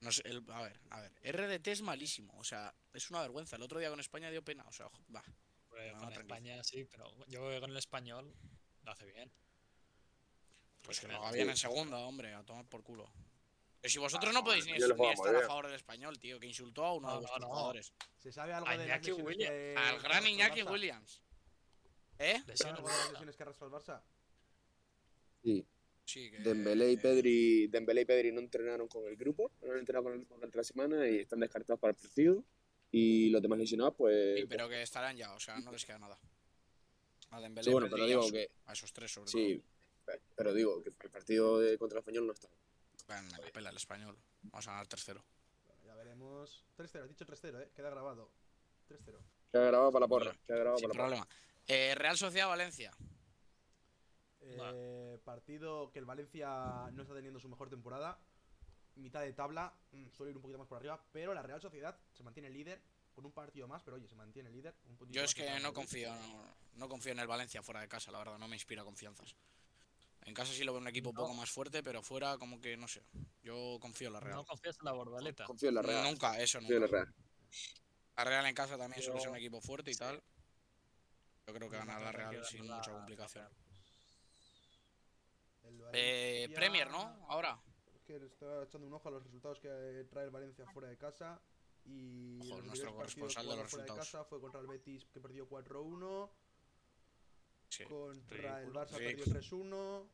No sé, el- a ver, a ver. RDT es malísimo. O sea, es una vergüenza. El otro día con España dio pena. O sea, jo- va. No,
Pues con
tranquilo.
España sí, pero yo creo que con el español lo hace bien.
Pues que Ah,
Pues
lo haga
sí.
bien en segunda, hombre. A tomar por culo. Pero si vosotros no podéis ni,
yo lo
ni
juego muy
estar a
bien.
favor del español, tío, que insultó a uno de
No, no,
vuestros
no.
jugadores.
¿Se sabe algo
A
de las
Iñaki
lesiones
Williams,
que
Al
que
gran
arrastra el
Iñaki
Barça?
Williams. ¿Eh?
¿Se sabe
Lesiones,
algo de las
¿no?
lesiones que arrastra el Barça?
Sí.
Sí, que.
Dembélé y Pedri, Dembélé y Pedri no entrenaron con el grupo, no han entrenado con el grupo durante la semana y están descartados para el partido. Y los demás lesionados, pues.
Sí, pero que estarán ya, o sea, no les queda nada. A Dembélé,
Sí, bueno,
Pedri
pero
y a
digo
su-
que.
a esos tres sobre
Sí, pe- pero digo que el partido de contra el español no está.
todo. Van a la pela el español. Vamos a ganar tercero.
Bueno, ya veremos. 3-0, has dicho 3-0, ¿eh? Queda grabado. 3-0.
Que ha grabado para la porra. Que ha grabado
Sin
para la porra.
problema. Eh, Real Sociedad Valencia.
Eh, Partido que el Valencia no está teniendo su mejor temporada. Mitad de tabla, mm, suele ir un poquito más por arriba, pero la Real Sociedad se mantiene líder con un partido más, pero oye, se mantiene líder. Un puntito
Yo
más
es que
Real
no
Madrid.
confío, no, no confío en el Valencia fuera de casa, la verdad, no me inspira confianzas. En casa sí lo veo un equipo un poco más fuerte, pero fuera como que no sé. Yo confío en la Real.
No confías en la borbaleta.
Confío en la Real.
Nunca, eso
Confío en la
nunca.
Real.
La Real en casa también suele
Yo-
ser un equipo fuerte y tal. Yo creo que
Yo
ganar
no
la
confío
Real
en
sin
la-
mucha
la
complicación.
Real.
El
Eh,
Valencia,
Premier, ¿no? Ahora.
Que le está echando un ojo a los resultados que eh, trae el Valencia fuera de casa. Y
Ojo,
los
nuestro
anteriores partidos
corresponsal de
jugados
los
fuera
resultados.
casa fue contra el Betis que perdió 4-1.
Sí.
Contra el
Ridículo.
Barça perdió 3-1.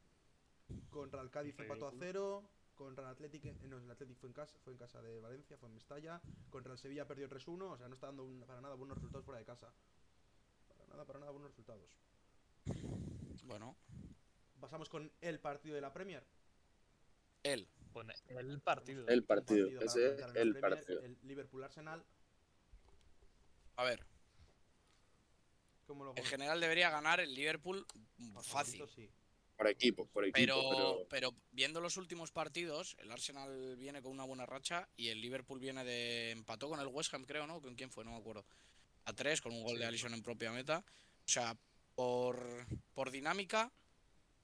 Contra el Cádiz empató a 0. Contra el Athletic, eh, no, el Athletic fue en casa, fue en casa de Valencia, fue en Mestalla. Contra el Sevilla perdió 3-1, o sea, no está dando un- para nada buenos resultados fuera de casa. Para nada, para nada buenos resultados.
Bueno,
Pasamos con el partido de la Premier.
él.
Pone el partido.
El
Un
partido.
para
Ese es
comentar en la
el
Premier,
partido.
El Liverpool Arsenal,
A ver,
¿cómo lo
en
vemos?
general debería ganar el Liverpool
Favorito,
fácil.
sí.
por equipos, por equipos.
Pero,
Pero,
pero viendo los últimos partidos, el Arsenal viene con una buena racha y el Liverpool viene de. empató con el West Ham, creo, ¿no? ¿Con quién fue? No me acuerdo. A tres, con un gol de Alisson en propia meta. O sea, por, por dinámica,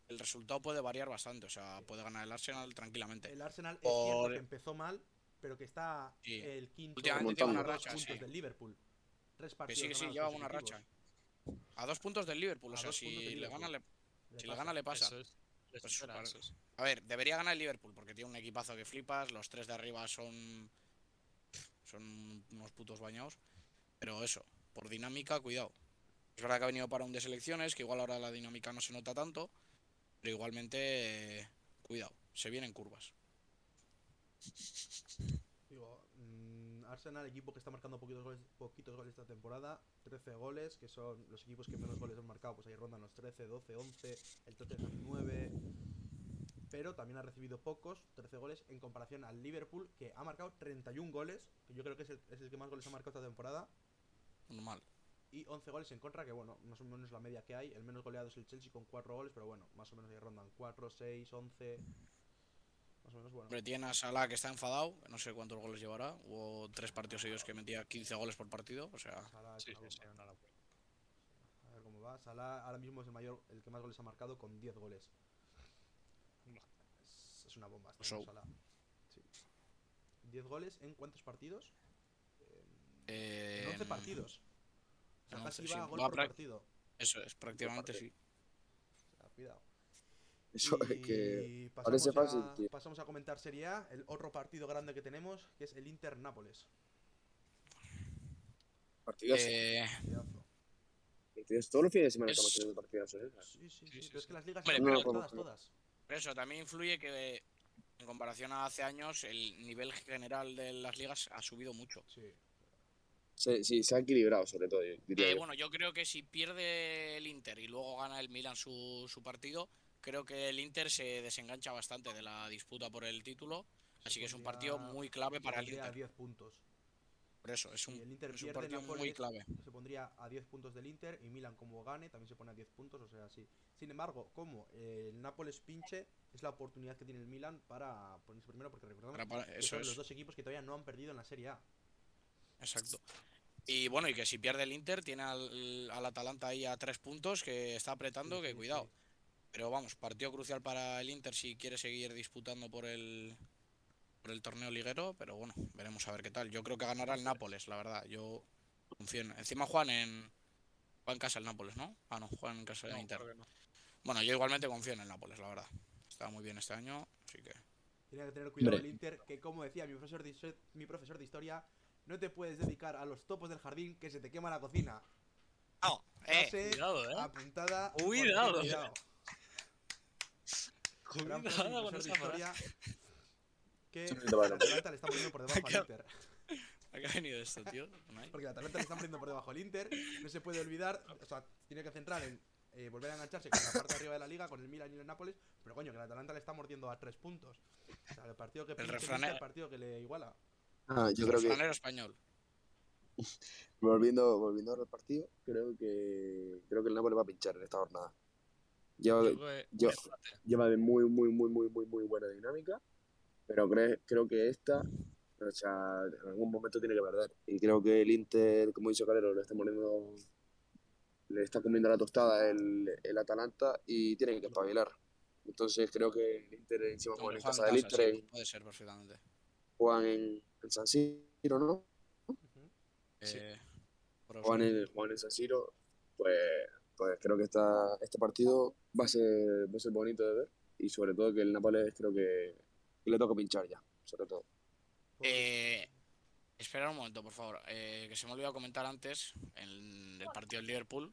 el resultado puede variar bastante. O sea, puede ganar el Arsenal tranquilamente.
El Arsenal es cierto
Por-
que empezó mal, pero que está
Sí.
el quinto
Últimamente
con
lleva una
dos
racha,
puntos
sí.
del Liverpool. Tres
Que
partidos.
sí, que sí,
ganados
lleva una
consecutivos.
racha. ¿eh? A dos puntos del Liverpool.
A
O sea,
dos puntos del
si le,
Liverpool.
gana, le,
Le
si le
pasa.
gana, le pasa.
Eso es. Les
Pues,
supera,
vale.
eso es.
A ver, debería ganar el Liverpool porque tiene un equipazo que flipas, los tres de arriba son son unos putos bañados, pero eso, por dinámica, cuidado. Es verdad que ha venido para un de selecciones, que igual ahora la dinámica no se nota tanto, pero igualmente eh, cuidado, se vienen curvas.
Digo, mm, Arsenal, equipo que está marcando poquitos goles, poquitos goles esta temporada, 13 goles, que son los equipos que menos goles han marcado, pues ahí rondan los 13, 12, 11, el Tottenham 9, pero también ha recibido pocos, 13 goles, en comparación al Liverpool, que ha marcado 31 goles, que yo creo que es el, es el que más goles ha marcado esta temporada,
Normal.
y 11 goles en contra, que bueno, más o menos la media que hay, el menos goleado es el Chelsea con 4 goles, pero bueno, más o menos ahí rondan 4, 6, 11, más o menos bueno.
Hombre, tiene a Salah que está enfadado, no sé cuántos goles llevará, hubo tres partidos seguidos que metía 15 goles por partido, o sea,
Salah es
Sí,
una
sí, sí,
bomba.
una locura.
A ver cómo va. Salah ahora mismo es el mayor, el que más goles ha marcado con 10 goles.
Buah.
Es, es una bomba. está
Show.
Salah. Sí. 10 goles en cuántos partidos? En-
eh,
En 11 partidos. O sea,
en
casi
11, sí.
va a gol
Va
por
prac-
partido. O
eso es, prácticamente sí.
sea, cuidado.
eso es
eh,
que.
Y
parece
pasamos
fácil,
a,
tío.
pasamos a comentar Serie A, el otro partido grande que tenemos, que es el Inter Nápoles.
Partidazo.
Eh,
Partidazo.
partidazo. Todos los fines de semana
es-
estamos teniendo partidazos, ¿eh?
Sí, sí, sí,
Sí, sí,
pero es
sí.
que las ligas
Hombre,
están
pero-
conectadas todas.
Pero eso también influye que, en comparación a hace años, el nivel general de las ligas ha subido mucho.
Sí.
Se, sí, se ha equilibrado, sobre todo, yo diría
Eh,
yo.
bueno, yo creo que si pierde el Inter y luego gana el Milan su, su partido, creo que el Inter se desengancha bastante de la disputa por el título. Así que es un partido
Pondría-
muy clave para el
pondría a
Inter.
10 puntos.
Por eso, es
Si el
un,
Inter
es un
pierde,
partido
Nápoles
muy clave.
se pondría a 10 puntos del Inter y Milan como gane también se pone a 10 puntos, o sea, sí. Sin embargo, como eh, el Nápoles pinche, es la oportunidad que tiene el Milan para ponerse primero, porque recordemos
Para- para-
que
eso
son
es,
los dos equipos que todavía no han perdido en la Serie A.
exacto. Y bueno, y que si pierde el Inter, tiene al, al Atalanta ahí a tres puntos, que está apretando,
Sí,
que
sí,
cuidado.
sí.
Pero vamos, partido crucial para el Inter si quiere seguir disputando por el por el torneo liguero, pero bueno, veremos a ver qué tal. Yo creo que ganará el Nápoles, la verdad. Yo confío en. Encima Juan en. Juan en casa el Nápoles, ¿no? Ah, no, Juan en casa del
No,
Inter.
creo que no.
Bueno, yo igualmente confío en el Nápoles, la verdad. Está muy bien este año, así que.
Tiene que tener cuidado
Hombre.
el Inter, que como decía mi profesor, de, histo- mi profesor de historia, no te puedes dedicar a los topos del jardín que se te quema la cocina.
¡No! ¡Eh!
Frase
Cuidado,
Ah,
eh.
apuntada. por
Cuidado.
Pepe Vidal. Gran frase de mi
Cuidado
profesor
con
de
esa frase.
historia, Que
Sí,
el
te vale.
Atalanta le está poniendo por debajo al
Acá-
Inter.
¿A qué ha venido esto, tío? Unai?
Porque el Atalanta le están poniendo por debajo al Inter. No se puede olvidar. O sea, tiene que centrar en eh, volver a engancharse con la parte de arriba de la liga, con el Milan y el Nápoles. Pero coño, que el Atalanta le está mordiendo a tres puntos. O sea, el partido que pinche el
refrán
Inter,
es-
el partido que le iguala.
Ah, yo creo que.
Refranero español.
Volviendo, volviendo al partido, creo que creo que el Napoli va a pinchar en esta jornada. Lleva,
Yo creo que-
yo-
Fíjate,
lleva de muy, muy, muy, muy, muy, muy buena dinámica, pero cre- creo que esta, o sea, en algún momento tiene que perder. Y creo que el Inter, como dice Calero, le está poniendo, le está comiendo la tostada el, el Atalanta y tiene que espabilar. Entonces creo que el Inter encima
Donde
juega
juega
en
en
casa del E
casa,
Inter,
sí, puede ser perfectamente.
juegan en, en San Siro, ¿no? Sí.
Eh, por
juegan
Osuna.
en, juegan en San Siro, pues, pues creo que esta, este partido va a, ser, va a ser bonito de ver y sobre todo que el Nápoles creo que le toca pinchar ya, sobre todo.
Eh, espera un momento, por favor. eh, que se me ha olvidado comentar antes en el partido del Liverpool.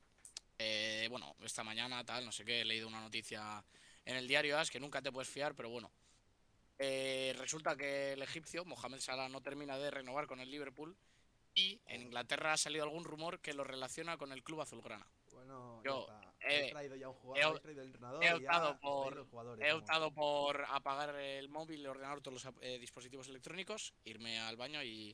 Eh, bueno, esta mañana, tal, no sé qué, he leído una noticia en el diario AS que nunca te puedes fiar, pero bueno. Eh, resulta que el egipcio, Mohamed Salah, no termina de renovar con el Liverpool y en Inglaterra ha salido algún rumor que lo relaciona con el club azulgrana.
Bueno,
yo,
ya está.
eh,
Habéis traído ya un
he-
jugador, he, traído el entrenador.
he
ya
optado
habéis traído
por-
los jugadores,
He
vamos.
optado por apagar el móvil, ordenar todos los ap- eh, dispositivos electrónicos, irme al baño y,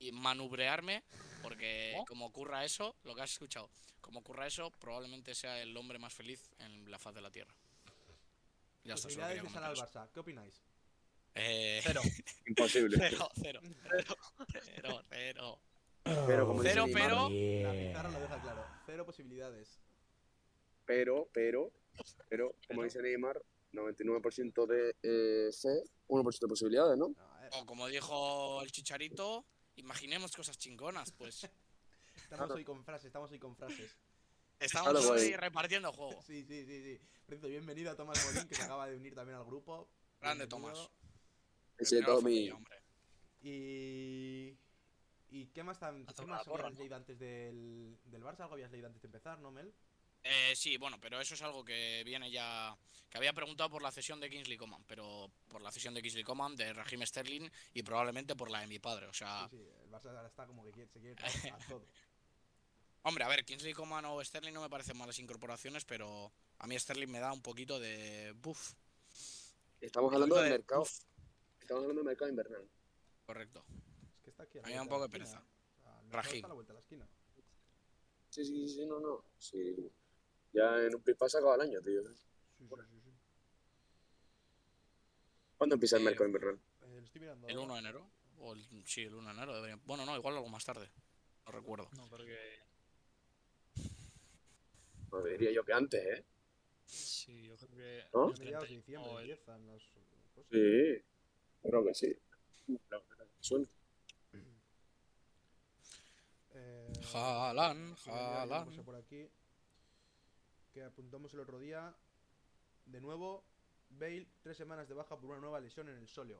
y manubrearme, porque
¿Cómo?
como ocurra eso, lo que has escuchado, como ocurra eso, probablemente sea el hombre más feliz en la faz de la Tierra. Ya está, solo
Posibilidades
quería
de salir al
comentar eso.
Barça. ¿Qué opináis?
Eh,
Cero.
Imposible.
cero, cero, cero, cero, cero.
Pero como
Cero,
dice Neymar,
pero-
La
Bien.
pizarra lo deja claro. Cero posibilidades.
pero, pero, pero, como dice Neymar, 99% de eh, fe, 1% de posibilidades, ¿no?
No, a ver,
O como dijo el chicharito, imaginemos cosas chingonas, pues.
estamos hoy con frases, estamos hoy con frases.
Estamos
Claro,
hoy
guay.
repartiendo juego.
Sí, sí, sí, sí. Por cierto, bienvenido a Tomás Molín, que se acaba de unir también al grupo.
Grande,
Bienvenido.
Tomás.
Ese
Primero la
Tommy.
familia, hombre.
Y... ¿Y qué más, tan,
A
qué
tomar
más
la porra,
habías
¿no?
leído antes del, del Barça? ¿Algo habías leído antes de empezar, no, Mel?
Eh, sí, bueno, pero eso es algo que viene ya. Que había preguntado por la cesión de Kingsley Coman, pero por la cesión de Kingsley Coman, de Raheem Sterling y probablemente por la de mi padre. O sea,
Sí, sí, el Barça ahora está como que quiere- se quiere traer a todo.
hombre, a ver, Kingsley Coman o Sterling no me parecen malas incorporaciones, pero a mí Sterling me da un poquito de. Buf.
Estamos hablando
Lo
del
de-
mercado,
uf,
estamos hablando del mercado invernal.
correcto.
Es que está aquí. a la
A mí me da un
vuelta
poco de
la esquina. O sea, el mercado
Rajín.
está a la vuelta de la esquina.
Sí, sí, sí, no, no. Sí. Ya en un pispás se acaba el año, tío.
Sí, sí, sí, sí.
¿Cuándo empieza el
Eh,
mercado invernal?
Eh, lo estoy mirando.
¿El
ahora.
1 de enero? O el- sí, el 1 de enero debería. Bueno, no, igual algo más tarde. No recuerdo.
No, porque.
No, diría yo que antes, ¿eh?
Sí, yo creo que.
¿No?
el
A mediados de diciembre
31 o el-
eh.
empiezan las cosas.
Sí. Creo que sí. Suena.
Eh,
Jalan,
déjame mirar alguna
jalan.
cosa por aquí. Que apuntamos el otro día. De nuevo, Bale, tres semanas de baja por una nueva lesión en el sóleo.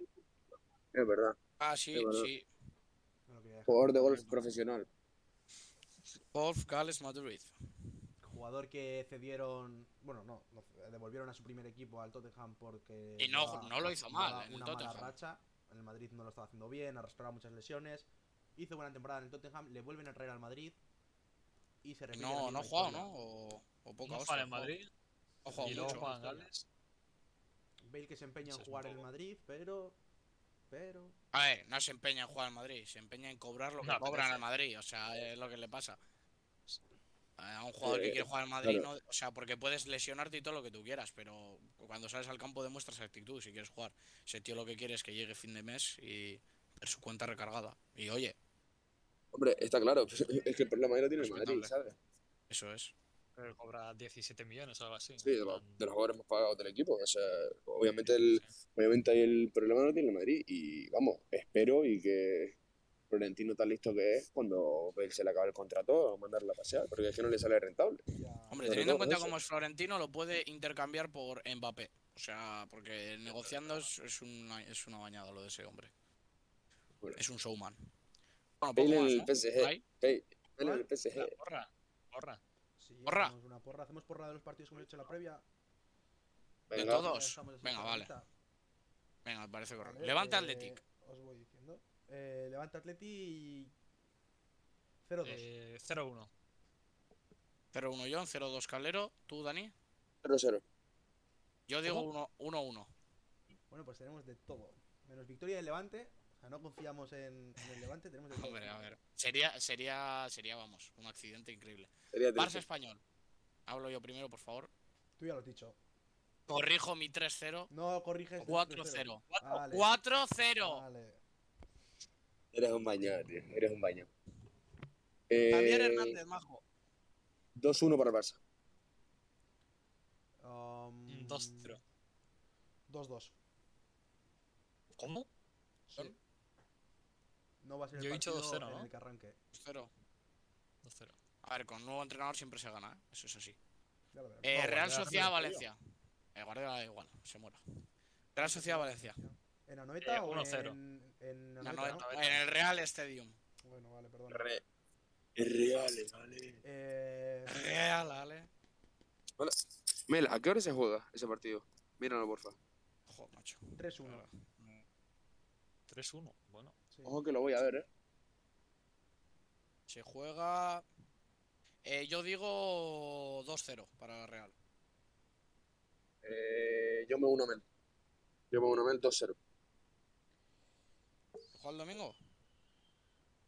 Es verdad.
Ah, sí,
Es verdad.
sí.
No lo quería dejar.
Jugador de golf profesional.
Golf Gales Madrid.
Jugador que cedieron, bueno, no, no, devolvieron a su primer equipo al Tottenham porque.
Y no-
llevaba-
no lo hizo mal
llevaba
en el
Una mala
Tottenham.
racha. En el Madrid no lo estaba haciendo bien, arrastraba muchas lesiones. Hizo buena temporada en el Tottenham, le vuelven a traer al Madrid. Y se
Y
repite.
No,
la
no ha
misma
jugado,
historia.
¿no? O, o poca
No
hostia,
juegan en
no ha jugado-
Madrid
no ha jugado
y luego
mucho.
juegan en Gales.
Bale que se empeña
Eso
en
es un
jugar en el
poco-
Madrid, pero. Pero.
A ver, no se empeña en jugar al Madrid, se empeña en cobrar lo que
No, pero
cobran
eso-
al Madrid, o sea, es lo que le pasa. A un jugador que
Eh,
quiere jugar al Madrid, no, o sea, porque puedes lesionarte y todo lo que tú quieras, pero cuando sales al campo demuestras actitud si quieres jugar. Ese tío lo que quiere es que llegue fin de mes y ver su cuenta recargada. Y oye,
Hombre, está claro. pues, Es que el problema ahí lo tiene el Madrid,
Respetable.
¿sabes?
eso es.
Creo que cobra 17 millones o algo así.
Sí, de
En
los,
plan,
de los jugadores más pagados del equipo. O sea, obviamente,
sí,
el,
sí.
obviamente ahí el problema lo tiene el Madrid. Y vamos, espero y que Florentino tan listo que es, cuando Bale se le acabe el contrato, mandarla a pasear. Porque es que no le sale rentable.
Ya.
Hombre,
Sobre
teniendo en
todo
cuenta
eso.
cómo es Florentino, lo puede intercambiar por Mbappé. O sea, porque negociando es, es una, es una bañada lo de ese hombre.
Bueno.
Es un showman. Bueno, poco
Bale en
más, ¿eh?
el
¿no?
PSG.
Ay,
Bale en el PSG.
Una Porra, porra.
Sí,
Porra.
hacemos una porra. Hacemos porra de los partidos que hemos hecho en la previa.
De
Venga.
todos.
Dejamos así
Venga, vale.
cerradita.
Venga, me parece correcto.
Vale,
Levante
eh,
Athletic.
Os voy diciendo. Eh, levanta Atleti y. 0-2.
Eh, 0-1.
0-1 John, 0-2 Calero. ¿Tú, Dani?
0-0.
Yo digo 1-1.
Bueno, pues tenemos de todo. Menos victoria del Levante. O sea, no confiamos en, en el Levante. Tenemos de todo.
Hombre, a ver. Sería, sería, sería, vamos, un accidente increíble.
Sería
Barça
triste.
Español. Hablo yo primero, por favor.
Tú ya lo has dicho.
Corrijo mi 3-0.
No corriges. tu
4-0.
3-0. Vale, Ah,
4-0.
vale.
Eres un bañado, tío. Eres un bañado. Eh,
Javier Hernández, majo.
2-1 para el Barça.
Um,
Mm, 2-0.
2-2.
¿Cómo?
Sí. No va a ser el
Yo he dicho
partido
2-0,
en
¿no?
el que arranque.
0.
2-0.
A ver, con nuevo entrenador siempre se gana, ¿eh? eso es así.
Ya lo veremos.
Eh,
Guardiola
Real
gana el
Sociedad
partido.
Valencia. Eh, Guardiola da igual, se muera. Real Sociedad Valencia.
¿En Anoeta
Eh,
o
1-0.
en, en
En, la
Anoeta,
noventa, en el Real Stadium.
¿no? Bueno, vale, perdón.
Re- Real, vale.
Eh,
Real, Ale.
Hola. Mela, ¿a qué hora se juega ese partido? Míralo, porfa.
Joder, macho.
Ah.
3-1.
3-1. Bueno.
Sí.
Ojo que lo voy a ver, ¿eh?
Se juega. Eh, yo digo 2-0 para la Real.
Eh, yo me uno a Mel. Yo me uno a Mel 2-0.
¿Juega el domingo?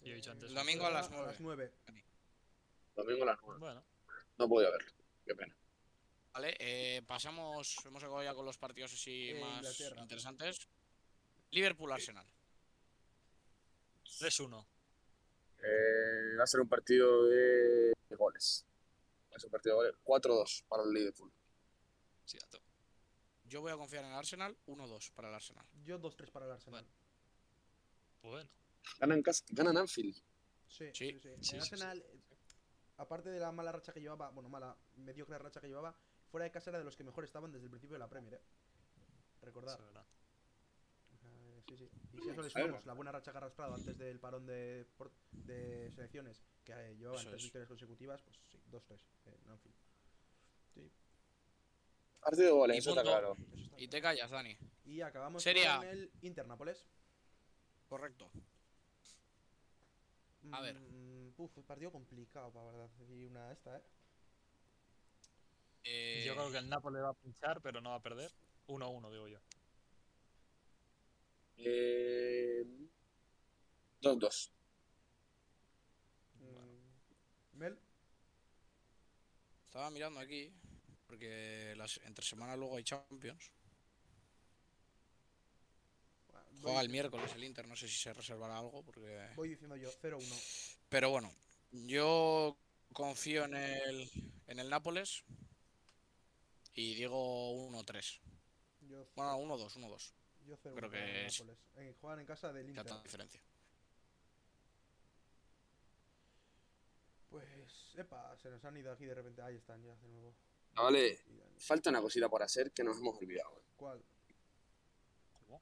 Yo he dicho antes.
El domingo a las
Eh, A las 9.
Domingo a las 9.
Bueno.
No podía verlo. Qué pena.
Vale, eh, pasamos, hemos acabado ya con los partidos así
Eh,
más
Inglaterra.
interesantes. Liverpool-Arsenal.
3-1.
Eh, va a ser un partido de de goles. Va a ser un partido de goles. 4-2 para el Liverpool.
Sí, a to-
Yo voy a confiar en el Arsenal, 1-2 para el Arsenal.
Yo 2-3 para el Arsenal.
Bueno,
Ganan, cas- ganan Anfield.
Sí,
Sí,
sí, sí.
sí, sí,
El Arsenal, eh, aparte de la mala racha que llevaba, bueno, mala, mediocre racha que llevaba, fuera de casa era de los que mejor estaban desde el principio de la Premier, eh. Recordar.
eso es verdad.
Eh, sí, sí. Y si a eso le sumamos la buena racha que ha arrastrado antes del parón de, por- de selecciones, que eh, llevaban
Eso
tres
es.
victorias consecutivas, pues sí, 2-3 en Anfield.
Partido de goles,
Y
eso está
punto.
claro.
Eso está
Y
claro.
te callas, Dani.
Y acabamos
Sería-
con el Inter-Nápoles.
Correcto. A ver.
Mm, uf, partido complicado, para verdad. Y una esta, ¿eh?
Eh,
Yo creo que el Napoli va a pinchar, pero no va a perder. 1-1, digo yo.
Eh, 2-2.
Mm, Mel,
Estaba mirando aquí, porque las, entre semana luego hay Champions.
ah, voy,
Juega el miércoles el Inter, no sé si se reservará algo, porque...
voy diciendo yo, 0-1.
Pero bueno, yo confío en el, en el Nápoles y digo 1-3.
Yo,
Bueno, 1-2, 1-2.
yo 0-1.
creo
para el
que es-
Nápoles. Eh, juegan en casa del
Ya
Inter.
tanta diferencia.
Pues, epa, se nos han ido aquí de repente. Ahí están ya de nuevo.
Ah, Vale,
Y Dani.
falta una cosita por hacer que nos hemos olvidado.
¿Cuál?
¿Cómo?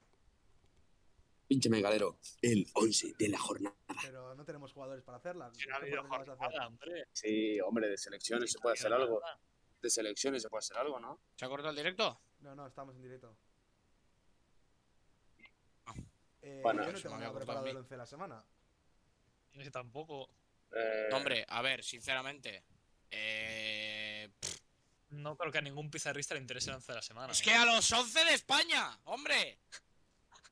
Pinche megalero. El 11 de la jornada.
Pero no tenemos jugadores para hacerla.
Que
¿Qué
no ha habido
jugadores vas a hacer?
jornada, hombre.
Sí, hombre, de selecciones se puede hacer algo. De selecciones se puede hacer algo, ¿no?
¿Se ha cortado el directo?
No, no, estamos en directo.
Ah.
Eh,
Bueno,
yo no
se me
tengo
había
nada
cortado a
preparado
mí.
el 11 de la semana.
Yo tampoco.
Eh,
Hombre, a ver, sinceramente. eh,
No creo que a ningún pizarrista le interese el 11 de la semana. ¿eh?
es
¿no?
que a los 11 de España, hombre.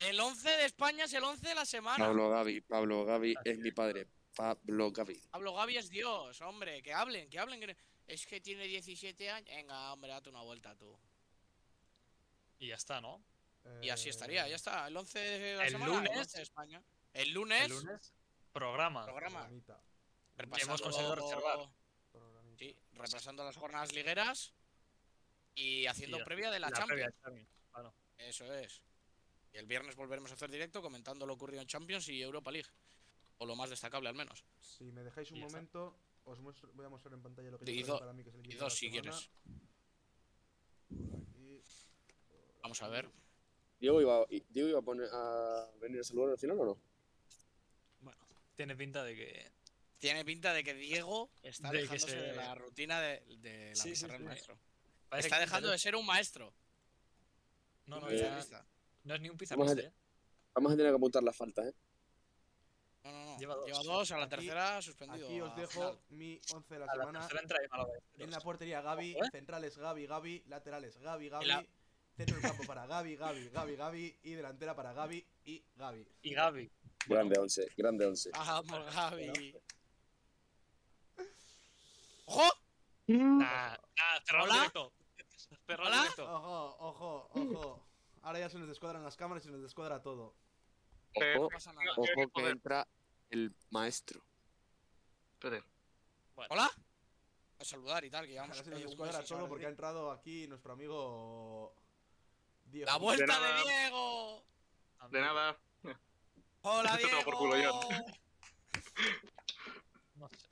El 11 de España es el 11 de la semana. Pablo,
Pablo Gaby, Pablo Gaby es mi padre. Pablo Gaby.
Gavi es Dios, hombre. Que hablen, que hablen. que- Es que tiene 17 años. Venga, hombre, date una vuelta tú.
Y ya está, ¿no?
Y así
Eh,
estaría, ya está. El 11 de la
Eh, El
semana, el
lunes-
11 de España. El
El
lunes,
lunes, programa.
programa.
Programita,
repasando-
hemos conseguido reservar.
programita.
Sí, repasando las jornadas ligueras y haciendo
Y la-
previa de la,
La
Champions.
previa de Champions.
Eso es. Y el viernes volveremos a hacer directo comentando lo ocurrido en Champions y Europa League. O lo más destacable al menos.
Si me dejáis un
Y ya está.
momento, os muestro, voy a mostrar en pantalla lo que
Y
tengo
do-
para mí, que es el
Y
equipo de
dos
la
si
semana.
quieres.
Y-
Vamos a ver.
Diego iba, Diego iba a, poner, a venir a saludar al final o no?
Bueno, tiene pinta de que.
Tiene pinta de que Diego está
De que
alejándose
se-
de la rutina de, de la
Sí, sí,
pizarra del
sí.
maestro.
parece
Está
que
dejando de
interesa.
ser un maestro.
No, no,
un
Eh,
ya-
pizarrista.
no es ni un
Vamos a
pizarrista.
ver.
¿eh?
Vamos a tener que apuntar las faltas, ¿eh?
No, no, no. Lleva
lleva
dos.
dos.
a la
Aquí-
tercera suspendido.
Aquí os
a
dejo
Final.
mi 11 de la
A la
semana.
tercera entra y mala vez.
En la portería Gaby,
Ojo, ¿eh?
centrales Gaby, Gaby, laterales Gaby, Gaby,
la-
centro del campo para Gaby, Gaby, Gaby, Gaby y delantera para Gaby y Gaby.
Y Gaby.
Grande 11, grande 11.
Vamos, Gaby. ¡Ojo!
Nah, nah, cerramos
¿Hola?
directo. Cerramos
¿Hola?
directo.
Ojo, ojo, ojo. Ahora ya se nos descuadran las cámaras y se nos descuadra todo.
Ojo,
No pasa nada.
ojo que
Joder.
entra el maestro.
Espérate.
¿Hola? A saludar y tal, que
Ahora
llevamos
se nos
eh, un
descuadra
mes sin
todo
saber
porque
de
ha
ti.
entrado aquí nuestro amigo Diego.
¡La vuelta
De
de
nada.
Diego!
De nada.
¡Hola,
Te
Diego!
tomo por culo,
No sé.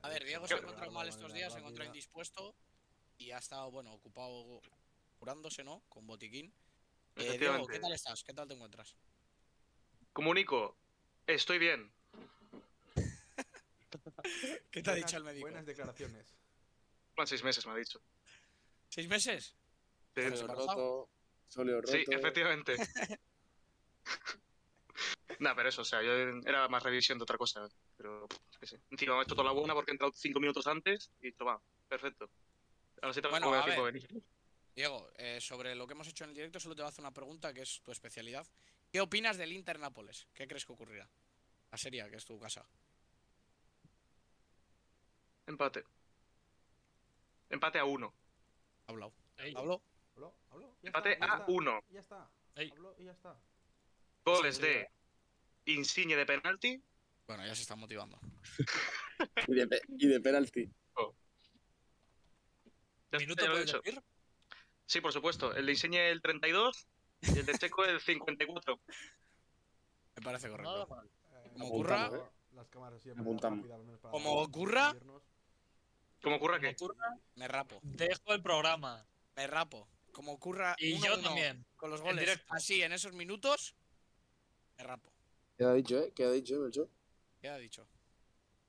A ver, Diego se ha
Qué-
encontrado mal estos días, se ha encontrado
indisponible.
indispuesto y ha estado, bueno, ocupado curándose, ¿no? Con botiquín. Eh, Diego,
Efectivamente.
¿qué tal estás? ¿Qué tal te encuentras?
Comunico. Estoy bien.
¿Qué te ha dicho el médico?
Buenas declaraciones.
Van seis meses, me ha dicho.
¿Seis meses?
Sí,
Joder,
Soleo
Pero-
roto, soleo roto.
sí, efectivamente. Nah, pero eso, o sea, yo era más revisión de otra cosa, pero es que sí. Encima me ha hecho toda la buena porque he entrado cinco minutos antes y toma, perfecto. Ahora sí tampoco
Bueno,
me
a
da tiempo
ver.
de venir.
Diego, eh, sobre lo que hemos hecho en el directo, solo te voy a hacer una pregunta que es tu especialidad. ¿Qué opinas del Inter Nápoles? ¿Qué crees que ocurrirá? La serie, que es tu casa.
Empate. Empate a uno.
Hablado.
Ey,
Habló.
Habló, habló. ya
Empate
está, ya
a
está,
1.
Ya está.
Ey.
Habló y ya está.
Goles
Sí, sí,
de Insigne de penalti,
Bueno, ya se está motivando.
Y de, pe- y de penalti.
Ya-
¿Minuto
ya lo he
puedes
dicho.
decir?
Sí, por supuesto. El de Insigne el 32 y el de Checo el 54.
Me parece
Nada
correcto.
mal.
Eh,
Como ocurra-
apuntamos, ¿eh? Las cámaras siempre
Apuntamos.
rápidas, al menos para
Como ocurra-
irnos.
¿Cómo ocurra
Como
que?
ocurra,
Me rapo.
dejo el programa.
Me rapo. Como ocurra
Y
uno a
yo
uno
también.
con los
en
goles.
directo.
Así, en esos minutos, me rapo.
Queda dicho, ¿eh? Queda dicho, Melchor.
¿Qué ha dicho?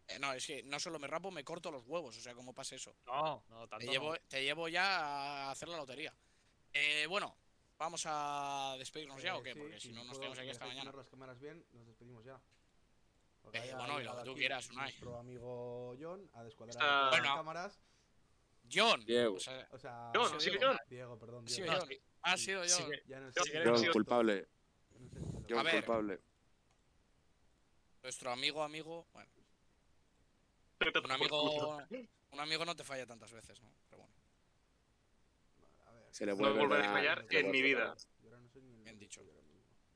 Eh, no, es que no solo me rapo, me corto los huevos. O sea, ¿cómo pasa eso?
No, no, tanto.
Te
no.
llevo, te llevo ya a hacer la lotería. Eh, bueno, vamos a despedirnos ya o
Eh,
qué?
sí,
Porque si no nos
puedo-
tenemos
si
aquí hasta
dejáis
mañana.
poner las cámaras bien, nos despedimos ya.
Eh,
ahí ha
bueno, y lo
llegado
que tú
aquí
quieras, Unai.
Nuestro amigo John a descuadrar
Está-
todas las
Bueno.
cámaras.
John.
Diego.
o sea,
O sea,
John,
ha sido
Diego,
John.
Diego, perdón,
Sí,
Diego.
John. ha sido
sí
John.
que-
Ya no
John,
sé.
Yo,
Eh, Sí, sí.
culpable.
No sé si
Yo,
A ver.
culpable.
Nuestro amigo, amigo. Bueno, un amigo. Un amigo no te falla tantas veces, ¿no? Pero bueno,
A ver.
Se le
No
vuelve
volveré a
la-
fallar
se le
en mi
vuelve la-
vida.
Yo ahora no sé ni el
Bien
nombre
dicho.
suyo ahora mismo.
En mi vida voy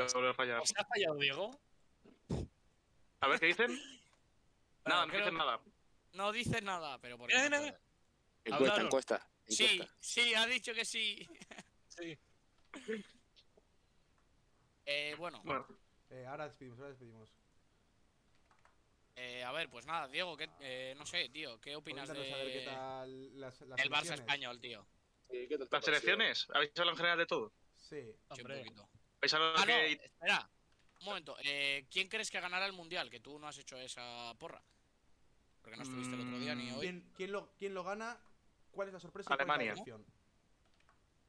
a
Pizarristas,
volver a fallar.
¿os ha fallado Diego?
A ver qué dicen. Nada, no
creo-
dicen nada.
No dice nada, pero por
Eh, no,
Encuesta,
Hablaron.
encuesta.
Sí,
encuesta.
sí, ha dicho que sí.
Sí.
Eh, bueno,
Bueno,
Eh, ahora despedimos, ahora despedimos.
eh, a ver, pues nada, Diego, ¿qué, eh, no sé, tío, ¿qué opinas
Coméntanos a ver qué
de...
tal las, las
del Barça
elecciones.
español, tío?
Sí, ¿qué tal te ha
las selecciones. ¿Habéis hablado en general de todo?
Sí.
Sí, un
Hombre.
poquito.
¿Habéis hablado
Ah, no,
que
espera. Un momento, eh, ¿quién crees que ganará el Mundial? Que tú no has hecho esa porra. Porque no estuviste el otro día ni
Mm,
hoy.
¿Quién, quién lo, ¿Quién lo gana? ¿Cuál es la sorpresa? y cuál es la
Alemania.
decepción?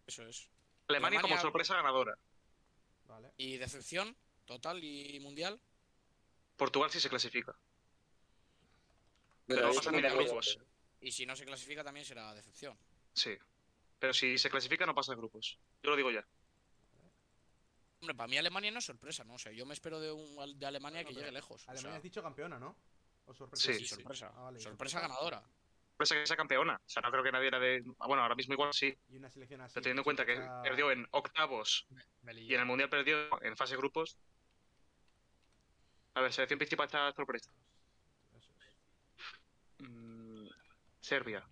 Eso es.
Alemania como
Alemania-
sorpresa ganadora?
Vale.
¿Y decepción total y Mundial?
Portugal sí se clasifica.
Mira,
Pero
ahí
pasan
no
ni de
me
grupos.
Y si no se clasifica también será decepción.
Sí. Pero si se clasifica no pasa de grupos. Yo lo digo ya.
Hombre, para mí Alemania no es sorpresa, ¿no? O sea, yo me espero de, un, de Alemania que
pero
llegue lejos. o
Alemania
sea,
has dicho campeona, ¿no? ¿O sorpresa?
Sí,
sí,
sí.
sorpresa.
Ah, vale, y
sorpresa
sorpresa.
ganadora.
Sorpresa que sea campeona. O sea, no creo que nadie era de. ah, Bueno, ahora mismo igual sí.
Y una selección así.
Pero teniendo en cuenta que
sorpresa-
perdió en octavos
Me lié.
y en el mundial perdió en fase de grupos. A ver, selección principal está sorpresa.
Eso es.
Mm, Serbia.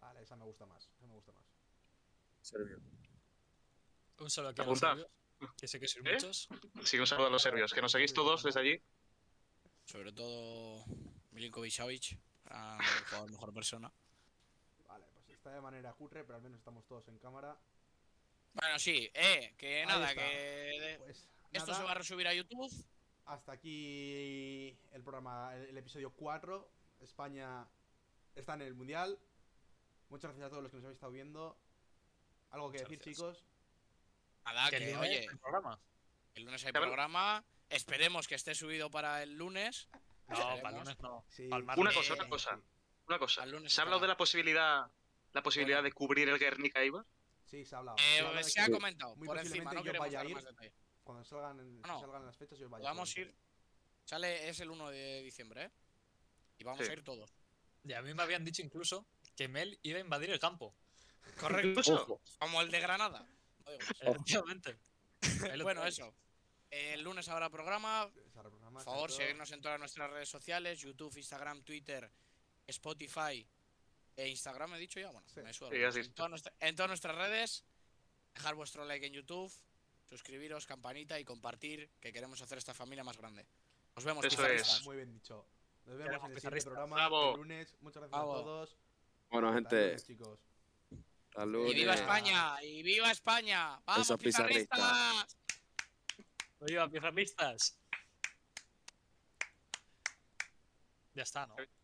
Vale, esa me gusta más. Esa me gusta más.
Serbia.
Un solo aquí a los
Apuntad.
serbios, Que sé que sois
¿Eh?
muchos.
Sí, un saludo a los serbios, que nos seguís todos desde allí.
Sobre todo Milinkovic Savic, gran jugador, mejor persona.
Vale, pues está de manera cutre, pero al menos estamos todos en cámara.
Bueno, sí, eh, que
Ahí
nada,
está.
que de-
Pues
Eh, esto
nada,
se va a resubir a YouTube.
hasta aquí el programa, el, el episodio 4. España está en el Mundial. Muchas gracias a todos los que nos habéis estado viendo. ¿Algo que
Muchas
decir,
gracias.
chicos?
Nada,
Que
Ah, que,
el lunes
oye,
el programa.
el lunes hay
Cabrón.
programa. Esperemos que esté subido para el lunes.
No,
Esperemos.
para el lunes no.
Sí.
Al martes.
Una cosa, una
Eh,
cosa. Una cosa.
Al lunes
¿Se ha hablado
estará.
de la posibilidad la posibilidad
Bueno.
de cubrir el Guernica Ibar?
Ah, Sí, se ha hablado.
Eh,
Se habla de
se ha
que
comentado
muy
por encima,
posiblemente
no
yo
queremos
vaya a
dar
ir.
más detalle.
Cuando salgan, en-
Ah, No, no.
salgan las fechas, yo os vaya.
Vamos a
seguro.
ir. Sale, es el 1 de diciembre, ¿eh? Y vamos
Sí.
a ir todos.
Y a mí me habían dicho incluso que Mel iba a invadir el campo.
Correcto.
Ojo.
Como el de Granada. No digo más.
Efectivamente. Ahí lo
Bueno,
tenéis.
eso. El lunes habrá programa,
Se ha reprogramado,
Por
se ha
favor,
todo.
seguirnos en todas nuestras redes sociales, YouTube, Instagram, Twitter, Spotify e Instagram, he dicho ya, bueno,
Sí.
me suda.
Sí,
la
has
polla. en,
dicho.
todas nuestra- en todas nuestras redes, dejar vuestro like en YouTube, suscribiros, campanita y compartir, que queremos hacer esta familia más grande. Nos vemos.
Eso
pizarristas.
es.
Muy bien dicho. Nos vemos
Queremos
en el siguiente
pizarristas.
programa
Bravo.
el lunes. Muchas gracias
Bravo.
a todos.
Bueno,
Hasta el
gente.
lunes, chicos.
Hasta
Y
luego.
viva
Lunes.
España, y viva España. Vamos,
Eso, pizarristas.
pizarristas.
Oye, a mis revistas. Ya está, ¿no?